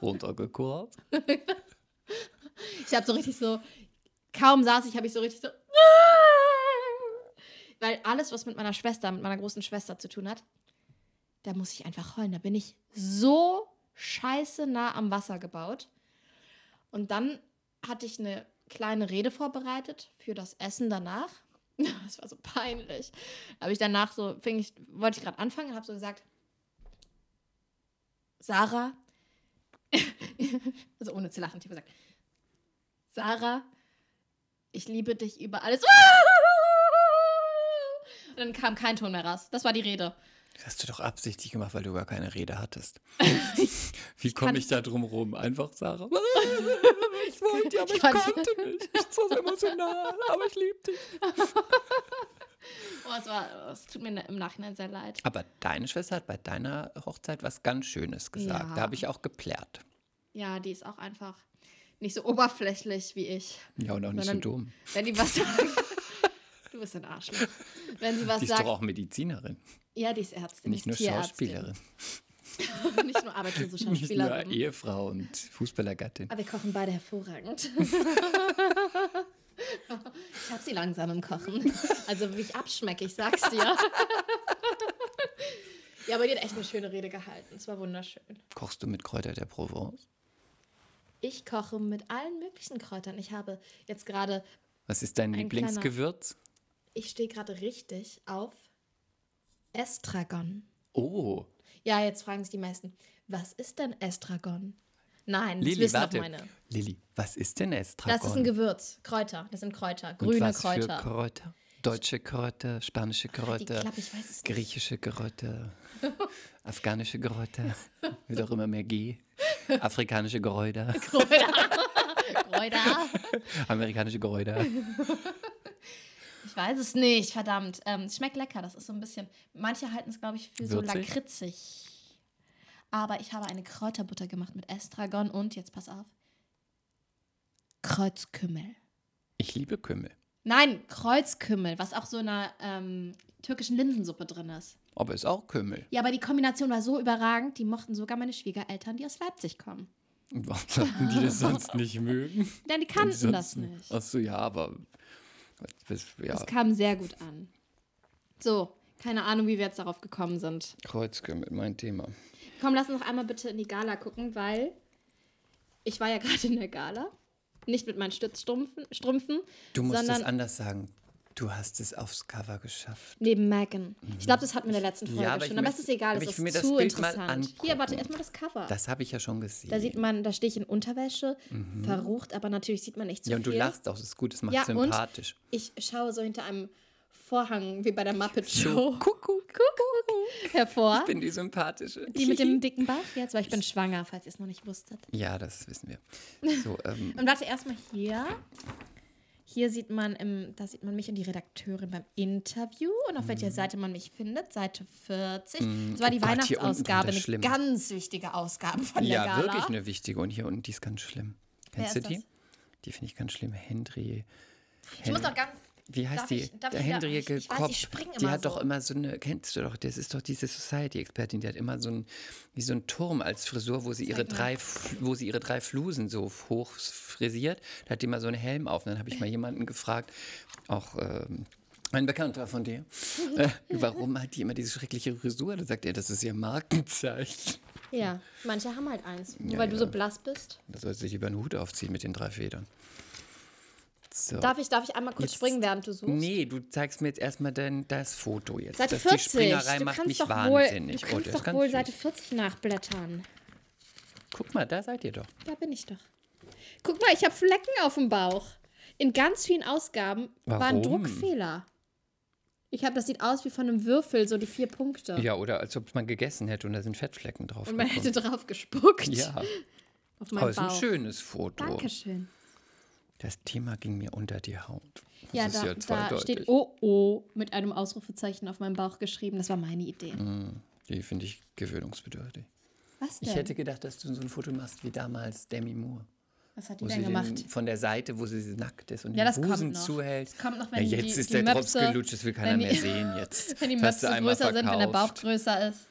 Runtergekurrt. Ich habe so richtig so, kaum saß ich, habe ich so richtig so. Weil alles, was mit meiner Schwester, mit meiner großen Schwester zu tun hat, da muss ich einfach heulen. Da bin ich so scheiße nah am Wasser gebaut. Und dann hatte ich eine kleine Rede vorbereitet für das Essen danach. Das war so peinlich. Da Habe ich danach so, fing ich, wollte ich gerade anfangen und habe so gesagt, Sarah, also ohne zu lachen, ich habe gesagt, Sarah, ich liebe dich über alles. Und dann kam kein Ton mehr raus. Das war die Rede. Das hast du doch absichtlich gemacht, weil du gar keine Rede hattest. Wie komme kann- ich da drum rum? Einfach, Sarah. Ich wollte, aber ich ich konnte- konnte nicht. Ich war so emotional, aber ich liebe dich. Oh, es, war, es tut mir ne-, im Nachhinein sehr leid. Aber deine Schwester hat bei deiner Hochzeit was ganz Schönes gesagt. Ja. Da habe ich auch geplärt. Ja, die ist auch einfach nicht so oberflächlich wie ich. Ja, und auch nicht so Sondern- dumm. Wenn die was sagt. du bist ein Arschloch. Wenn sie was Die ist sagt. doch auch Medizinerin, ja, die ist Ärztin. nicht die nur ist Tierärztin. Schauspielerin. nicht nur arbeitslose Nicht nur Schauspielerin. Ehefrau und Fußballergattin. Aber wir kochen beide hervorragend. ich hab sie langsam im Kochen. Also wie ich abschmecke, ich sag's dir. ja, aber die hat echt eine schöne Rede gehalten. Es war wunderschön. Kochst du mit Kräuter der Provence? Ich koche mit allen möglichen Kräutern. Ich habe jetzt gerade, Was ist dein Ein Lieblingsgewürz? ich stehe gerade richtig auf Estragon. Oh, Ja, jetzt fragen sich die meisten, was ist denn Estragon? Nein, das Lilly, wissen warte. doch meine. Lilly, was ist denn Estragon? Das ist ein Gewürz, Kräuter. Das sind Kräuter, grüne und was Kräuter. Für Kräuter? Deutsche Kräuter, spanische ich Kräuter, glaube, ich weiß es nicht. griechische Kräuter, afghanische Kräuter, wird auch immer mehr G, afrikanische Kräuter, Kräuter. amerikanische Kräuter. Ich weiß es nicht, verdammt. Ähm, es schmeckt lecker, das ist so ein bisschen. Manche halten es, glaube ich, für so Würzig? lakritzig. Aber ich habe eine Kräuterbutter gemacht mit Estragon und, jetzt pass auf, Kreuzkümmel. Ich liebe Kümmel, Nein, Kreuzkümmel, was auch so in einer ähm, türkischen Linsensuppe drin ist. aber ist auch Kümmel. Ja, aber die Kombination war so überragend, die mochten sogar meine Schwiegereltern, die aus Leipzig kommen. Und warum sollten die das sonst nicht mögen? Denn die Wenn die kannten das sonst- nicht. Ach so, ja, aber das, ja, Das kam sehr gut an. So, keine Ahnung, wie wir jetzt darauf gekommen sind. Kreuzkümmel, mein Thema. Komm, lass uns noch einmal bitte in die Gala gucken, weil ich war ja gerade in der Gala. Nicht mit meinen Stützstrümpfen, Strümpfen, Du musst es sondern anders sagen. Du hast es aufs Cover geschafft. neben Megan. Ich glaube, das hatten wir in der letzten Folge Mhm. aber ich schon. Aber es möchte- ist egal, aber es ich ist will mir das zu Bild mal interessant. Hier, angucken. warte, erstmal das Cover. Das habe ich ja schon gesehen. da sieht man, da stehe ich in Unterwäsche, verrucht, aber natürlich sieht man nicht so Mhm. ja, und du viel. lachst auch, das ist gut, das macht Ja, und- sympathisch. Ich schaue so hinter einem Vorhang, wie bei der Muppet So, Show, Kuckuck, Kuckuck. hervor. Ich bin die sympathische. Die mit dem dicken Bauch jetzt, weil ich bin schwanger, falls ihr es noch nicht wusstet. Ja, das wissen wir. So, ähm, Und warte erstmal hier. Hier sieht man, im, da sieht man mich und die Redakteurin beim Interview und auf welcher Seite man mich findet, Seite 40. Das war die Mhm. Oh Gott, hier unten Weihnachtsausgabe, drunter, eine schlimm. ganz wichtige Ausgabe von der ja, Gala. wirklich eine wichtige. Und hier unten, die ist ganz schlimm. Wer Kennst du ist die? das? Die finde ich ganz schlimm. Henry. Ich muss doch ganz, Wie heißt Darf die? ich- darf der ich da- Hendrike ich- ich weiß, Kopp. ich spring die immer hat doch so. immer so eine, kennst du doch, das ist doch diese Society-Expertin, die hat immer so einen, wie so einen Turm als Frisur, wo sie, ihre mal. drei, F- wo sie ihre drei Flusen so hoch frisiert. Da hat die mal so einen Helm auf. Und dann habe ich mal jemanden gefragt, auch ähm, ein Bekannter von dir, äh, warum hat die immer diese schreckliche Frisur? Da sagt er, das ist ihr Markenzeichen. ja, manche haben halt eins, nur Ja, weil du ja. Oh. so blass bist. Da soll sie sich über den Hut aufziehen mit den drei Federn. So. Darf ich, darf ich einmal kurz Jetzt- springen, während du suchst? Nee, du zeigst mir jetzt erstmal dein, das Foto jetzt. Seite das, 40. Die Springerei du macht kannst mich doch wahnsinnig. Wohl, Oh, das du kannst ist doch ganz wohl süß. Seite 40 nachblättern. Guck mal, da seid ihr doch. Da bin ich doch. Guck mal, ich habe Flecken auf dem Bauch. In ganz vielen Ausgaben war Warum? ein Druckfehler. Ich habe, das sieht aus wie von einem Würfel, so die vier Punkte. Ja, oder als ob man gegessen hätte und da sind Fettflecken drauf. Und man gekommen. hätte drauf gespuckt. ja, Auf aber meinen ist ein Bauch. schönes Foto. Dankeschön. Das Thema ging mir unter die Haut. Das Ja, ist da, ja da zweideutig. steht Oh oh mit einem Ausrufezeichen auf meinem Bauch geschrieben. Das war meine Idee. Die finde ich gewöhnungsbedürftig. Was denn? Mhm. Ich hätte gedacht, dass du so ein Foto machst wie damals Demi Moore. Was hat die Wo denn sie gemacht? den, von der Seite, wo sie nackt ist und Ja, das den kommt Busen noch. zuhält. Das kommt noch, Ja, wenn die- jetzt ist die der Drops Möpse- gelutscht, das will keiner wenn die- mehr sehen jetzt. Wenn die Das hast du Möpse einmal größer sind, wenn der Bauch verkauft. größer ist.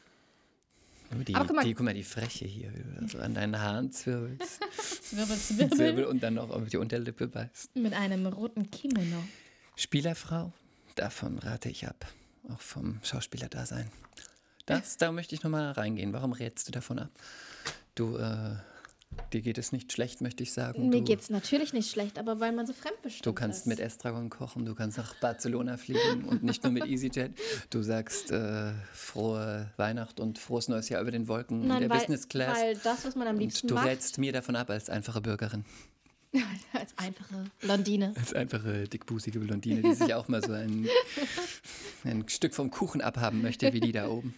Oh, Die, Aber guck mal- die, guck mal, die Freche hier, wie du da so an deinen Haaren zwirbelst. Zwirbel, zwirbel. Zwirbel und dann noch auf die Unterlippe beißt. Mit einem roten Kimono. Spielerfrau, davon rate ich ab. Auch vom Schauspielerdasein. Das, da möchte ich nochmal reingehen. Warum rätst du davon ab? Du äh, Dir geht es nicht schlecht, möchte ich sagen. Mir Du- geht's natürlich nicht schlecht, aber weil man so fremdbestimmt Du kannst ist. mit Estragon kochen, du kannst nach Barcelona fliegen und nicht nur mit EasyJet. Du sagst äh, frohe Weihnacht und frohes neues Jahr über den Wolken in Nein, der weil, Business Class. Weil das, was man am liebsten und du macht, rätst mir davon ab als einfache Bürgerin, als einfache Blondine. als einfache dickbusige Blondine, die sich auch mal so ein, ein Stück vom Kuchen abhaben möchte, wie die da oben.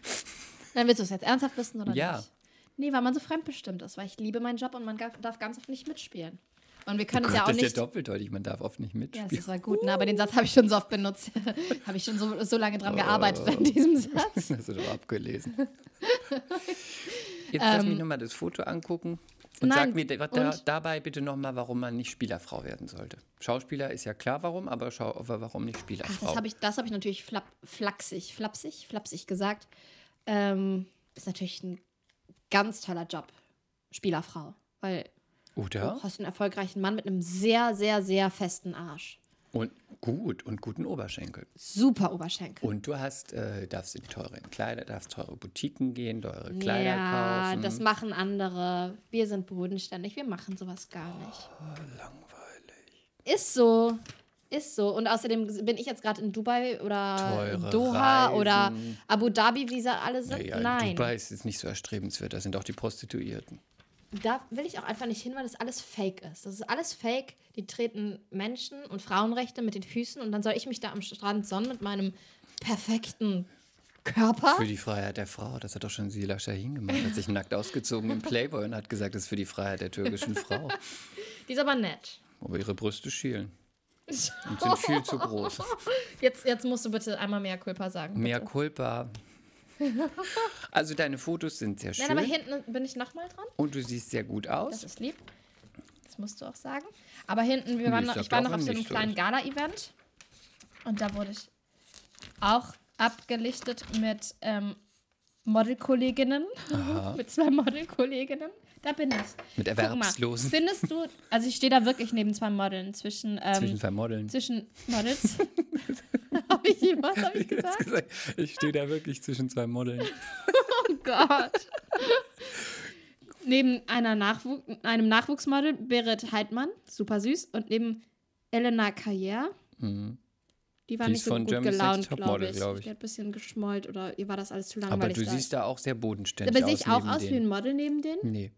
Dann willst du es jetzt ernsthaft wissen oder Ja. nicht? Nee, weil man so fremdbestimmt ist, weil ich liebe meinen Job und man gar- darf ganz oft nicht mitspielen. Und Oh wir können es ja auch das ist nicht. ja doppeldeutig, man darf oft nicht Ja, mitspielen. das war gut, ne? aber den Satz habe ich schon so oft benutzt. habe ich schon so, so lange dran gearbeitet Oh. an diesem Satz. das hast du doch abgelesen. Jetzt lass mich nochmal das Foto angucken und Ähm, Nein, sag mir da, da, und- dabei bitte nochmal, warum man nicht Spielerfrau werden sollte. Schauspieler ist ja klar, warum, aber schau, warum nicht Ach, Spielerfrau? Ah, das habe ich, das hab ich natürlich flapp, flapsig, flapsig, flapsig gesagt. Ähm, ist natürlich ein ganz toller Job, Spielerfrau. Weil Oder? du hast einen erfolgreichen Mann mit einem sehr, sehr, sehr festen Arsch. Und gut, und guten Oberschenkel. Super Oberschenkel. Und du hast, äh, darfst in teure Kleider, darfst teure Boutiquen gehen, teure Kleider ja, kaufen. das machen andere. Wir sind bodenständig, wir machen sowas gar nicht. Oh, langweilig. Ist so. Ist so. Und außerdem bin ich jetzt gerade in Dubai oder Teure Doha Reisen. oder Abu Dhabi, wie sie alle sind. naja, Nein. In Dubai ist es nicht so erstrebenswert, da sind auch die Prostituierten. da will ich auch einfach nicht hin, weil das alles fake ist. Das ist alles fake. Die treten Menschen und Frauenrechte mit den Füßen und dann soll ich mich da am Strand sonnen mit meinem perfekten Körper. Für die Freiheit der Frau, das hat doch schon Sila Shahin gemacht, hat sich nackt ausgezogen im Playboy und hat gesagt, das ist für die Freiheit der türkischen Frau. Die ist aber nett. Aber ihre Brüste schielen und sind viel zu groß. Jetzt, jetzt musst du bitte einmal mehr Kulpa sagen. Mehr Culpa. Also deine Fotos sind sehr Nein, aber schön hinten bin ich nochmal dran. und du siehst sehr gut Das aus. ist lieb. Das musst du auch sagen. Aber hinten, wir waren ich noch, sag ich war doch noch auf so nicht einem so. kleinen Gala-Event. Und da wurde ich auch abgelichtet mit ähm, Modelkolleginnen. mit zwei Modelkolleginnen. Da bin ich. Mit Guck mal, Erwerbslosen. Findest du, also ich stehe da wirklich neben zwei Modeln. Zwischen, ähm, Zwischen zwischen, zwei Modeln. Models. habe ich was hab ich gesagt? Ich stehe da wirklich zwischen zwei Modeln. Gott. neben einer Nachwu einem Nachwuchsmodel, Berit Heidmann, super süß, und neben Elena Carrière. Mhm. Die war Die nicht ist so von gut Germany's gelaunt, Next Topmodel, glaube ich. glaub ich. Die hat ein bisschen geschmollt oder ihr war das alles zu langweilig. Aber du da. siehst da auch sehr bodenständig Aber sehe aus. ich auch neben aus wie denen. ein Model neben denen? Nee.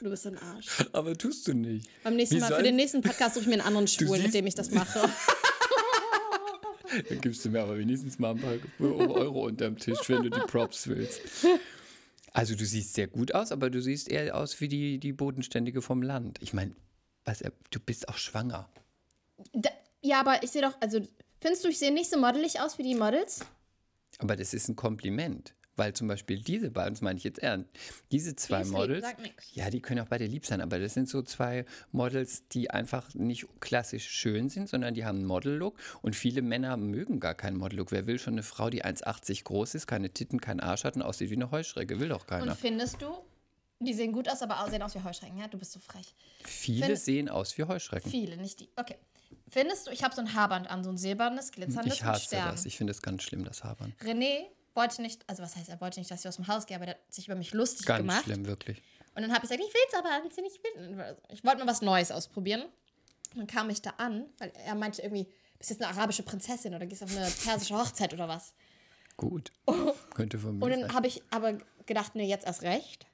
Du bist ein Arsch. Aber tust du nicht. Beim nächsten Wie Mal, soll- für den nächsten Podcast suche ich mir einen anderen Schwulen, mit siehst- dem ich das mache. Dann gibst du mir aber wenigstens mal ein paar Euro unterm Tisch, wenn du die Props willst. Also du siehst sehr gut aus, aber du siehst eher aus wie die, die Bodenständige vom Land. Ich meine, was, äh, du bist auch schwanger. da, ja, aber ich sehe doch, also, findest du, ich sehe nicht so modelig aus wie die Models? Aber das ist ein Kompliment. Weil zum Beispiel diese beiden, das meine ich jetzt ernst, diese zwei ist lieb, Models, sag nix. ja, die können auch beide lieb sein, aber das sind so zwei Models, die einfach nicht klassisch schön sind, sondern die haben einen Model-Look und viele Männer mögen gar keinen Model-Look. Wer will schon eine Frau, die 1,80 groß ist, keine Titten, keinen Arsch hat und aussieht wie eine Heuschrecke? Will doch Und keiner. findest du, die sehen gut aus, aber sehen aus wie Heuschrecken, ja? Du bist so frech. Viele Wenn- sehen aus wie Heuschrecken. Viele, nicht die. Okay. Findest du, ich habe so ein Haarband an, so ein silbernes, glitzerndes Ich mit hasse Sternen. das. Ich finde es ganz schlimm, das Habern. René wollte nicht, also was heißt, er wollte nicht, dass ich aus dem Haus gehe, aber der hat sich über mich lustig Ganz gemacht. schlimm, wirklich. Und dann habe ich gesagt, ich will es aber anziehen, ich will. Ich wollte mal was Neues ausprobieren. Und dann kam ich da an, weil er meinte irgendwie, bist jetzt eine arabische Prinzessin oder gehst auf eine persische Hochzeit oder was. Gut. Könnte von mir Oh. Und sein. dann habe ich aber gedacht, nee, jetzt erst recht.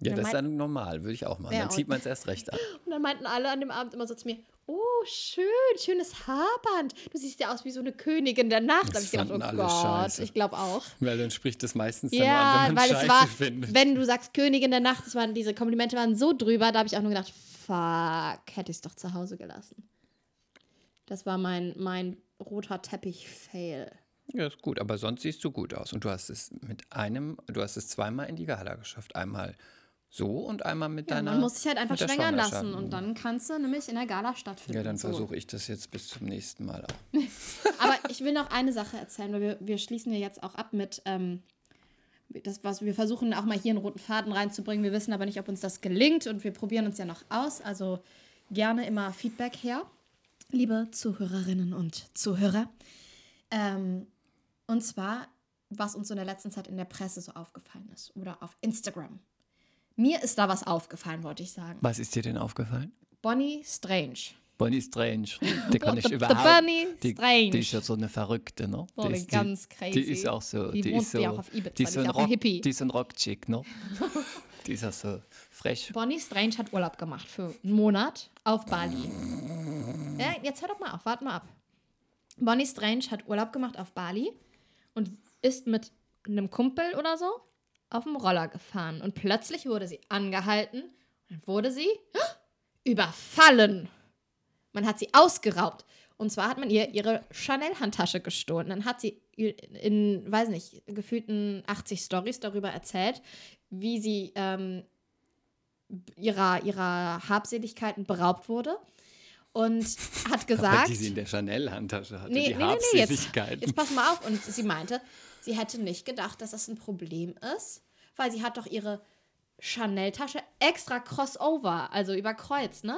Ja, dann das ist meint- dann normal, würde ich auch machen. Ja, Dann zieht und- man es erst recht an. Und dann meinten alle an dem Abend immer so zu mir, oh, schön, schönes Haarband. Du siehst ja aus wie so eine Königin der Nacht. Da habe ich gedacht, fanden oh alle Gott, scheiße. ich glaube auch. Weil dann spricht das meistens dann nur Ja, an, wenn man weil Scheiße es war, findet. wenn du sagst Königin der Nacht, das waren, diese Komplimente waren so drüber, da habe ich auch nur gedacht, fuck, hätte ich es doch zu Hause gelassen. Das war mein, mein roter Teppich-Fail. Ja, ist gut, aber sonst siehst du gut aus. Und du hast es mit einem, du hast es zweimal in die Gala geschafft. Einmal so und einmal mit Ja, deiner. man muss sich halt einfach mit der schwängern Schwangerschaft. lassen und dann kannst du nämlich in der Gala stattfinden. Ja, dann So. versuche ich das jetzt bis zum nächsten Mal auch. Aber ich will noch eine Sache erzählen, weil wir, wir schließen ja jetzt auch ab mit ähm, das, was wir versuchen auch mal hier einen roten Faden reinzubringen. Wir wissen aber nicht, ob uns das gelingt und wir probieren uns ja noch aus. Also gerne immer Feedback her, liebe Zuhörerinnen und Zuhörer. Ähm, und zwar, was uns so in der letzten Zeit in der Presse so aufgefallen ist oder auf Instagram. Mir ist da was aufgefallen, wollte ich sagen. Was ist dir denn aufgefallen? Bonnie Strange. Bonnie Strange. Der kann ich The- the überhaupt. Bonnie die, Strange. die ist ja so eine Verrückte, ne? So die eine ist, ganz die, crazy. Die ist auch so. Die wohnt ist so ja auch auf Ibiza, Die ist so die ein, ist auch ein Rock, Hippie. Die ist so ein Rockchick, ne? die ist auch so frech. Bonnie Strange hat Urlaub gemacht für einen Monat auf Bali. Ja, jetzt hör doch mal auf, warte mal ab. Bonnie Strange hat Urlaub gemacht auf Bali und ist mit einem Kumpel oder so auf dem Roller gefahren. Und plötzlich wurde sie angehalten und wurde sie überfallen. Man hat sie ausgeraubt. Und zwar hat man ihr ihre Chanel-Handtasche gestohlen. Dann hat sie in, weiß nicht, gefühlten 80 Stories darüber erzählt, wie sie ähm, ihrer, ihrer Habseligkeiten beraubt wurde. Und hat Aber gesagt. die sie in der Chanel-Handtasche hatte. Nee, die nee, nee, nee, jetzt, Habseligkeiten. jetzt pass mal auf. Und sie meinte, sie hätte nicht gedacht, dass das ein Problem ist, weil sie hat doch ihre Chanel-Tasche extra crossover, also über Kreuz, ne?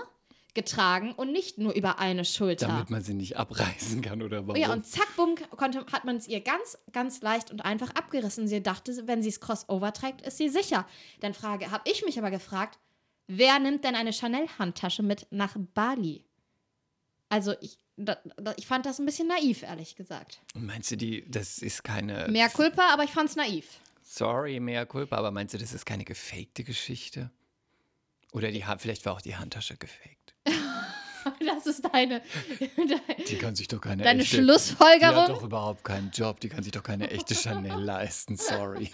Getragen und nicht nur über eine Schulter. damit man sie nicht abreißen kann oder Oh warum. ja, und zack, bumm, konnte, hat man es ihr ganz, ganz leicht und einfach abgerissen. Sie dachte, wenn sie es Crossover trägt, ist sie sicher. Dann frage, habe ich mich aber gefragt, wer nimmt denn eine Chanel-Handtasche mit nach Bali? Also ich, da, da, ich fand das ein bisschen naiv, ehrlich gesagt. meinst du, die, das ist keine. Mehr Culpa, aber ich fand's naiv. Sorry, mea culpa, aber meinst du, das ist keine gefakte Geschichte? Oder die, Ha- vielleicht war auch die Handtasche gefaked. Das ist deine, de, Die kann sich doch keine deine echte, Die hat Schlussfolgerung. doch überhaupt keinen Job. Die kann sich doch keine echte Chanel leisten. Sorry.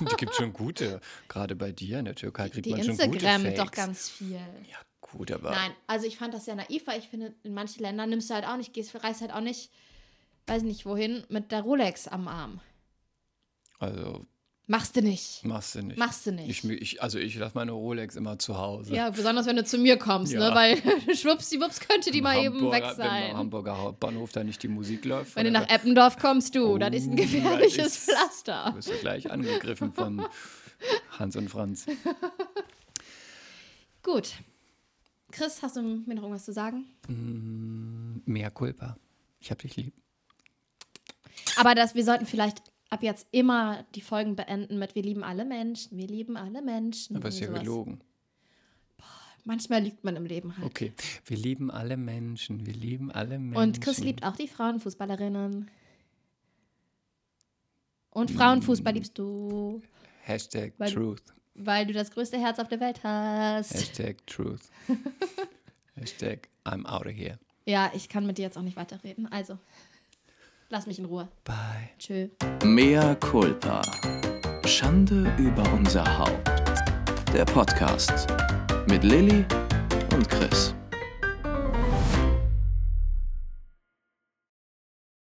Die gibt schon gute. Gerade bei dir in der Türkei kriegt die man schon gute Fakes. Instagram doch ganz viel. ja, gut, aber Nein, also ich fand das sehr naiv, weil ich finde, in manchen Ländern nimmst du halt auch nicht, gehst, reist halt auch nicht, weiß nicht wohin, mit der Rolex am Arm. also Machst du nicht. machst du nicht. Machst du Ich, nicht. ich, also ich lasse meine Rolex immer zu Hause. Ja, besonders wenn du zu mir kommst, Ja. ne? Weil schwuppsdiwupps könnte die Im mal eben Hamburger- weg Wenn am sein. Hamburger Hauptbahnhof da nicht die Musik läuft. Wenn du oder- nach Eppendorf kommst, du, das ist ein Oh, gefährliches das ist- Pflaster. wirst du gleich angegriffen von Hans und Franz. Gut. Chris, hast du mir noch irgendwas zu sagen? Mea culpa. Ich hab dich lieb. Aber dass wir sollten vielleicht ab jetzt immer die Folgen beenden mit Wir lieben alle Menschen, wir lieben alle Menschen. Aber ist ja irgendwie sowas. gelogen. Manchmal liegt man im Leben halt. Okay. Wir lieben alle Menschen. Wir lieben alle Menschen. Und Chris liebt auch die Frauenfußballerinnen. Und Frauenfußball liebst du, Hashtag Weil- Truth. weil du das größte Herz auf der Welt hast. Hashtag Truth. Hashtag I'm out of here. Ja, ich kann mit dir jetzt auch nicht weiterreden. Also, lass mich in Ruhe. Bye. Tschö. Mea culpa. Schande über unser Haupt. Der Podcast mit Lilly und Chris.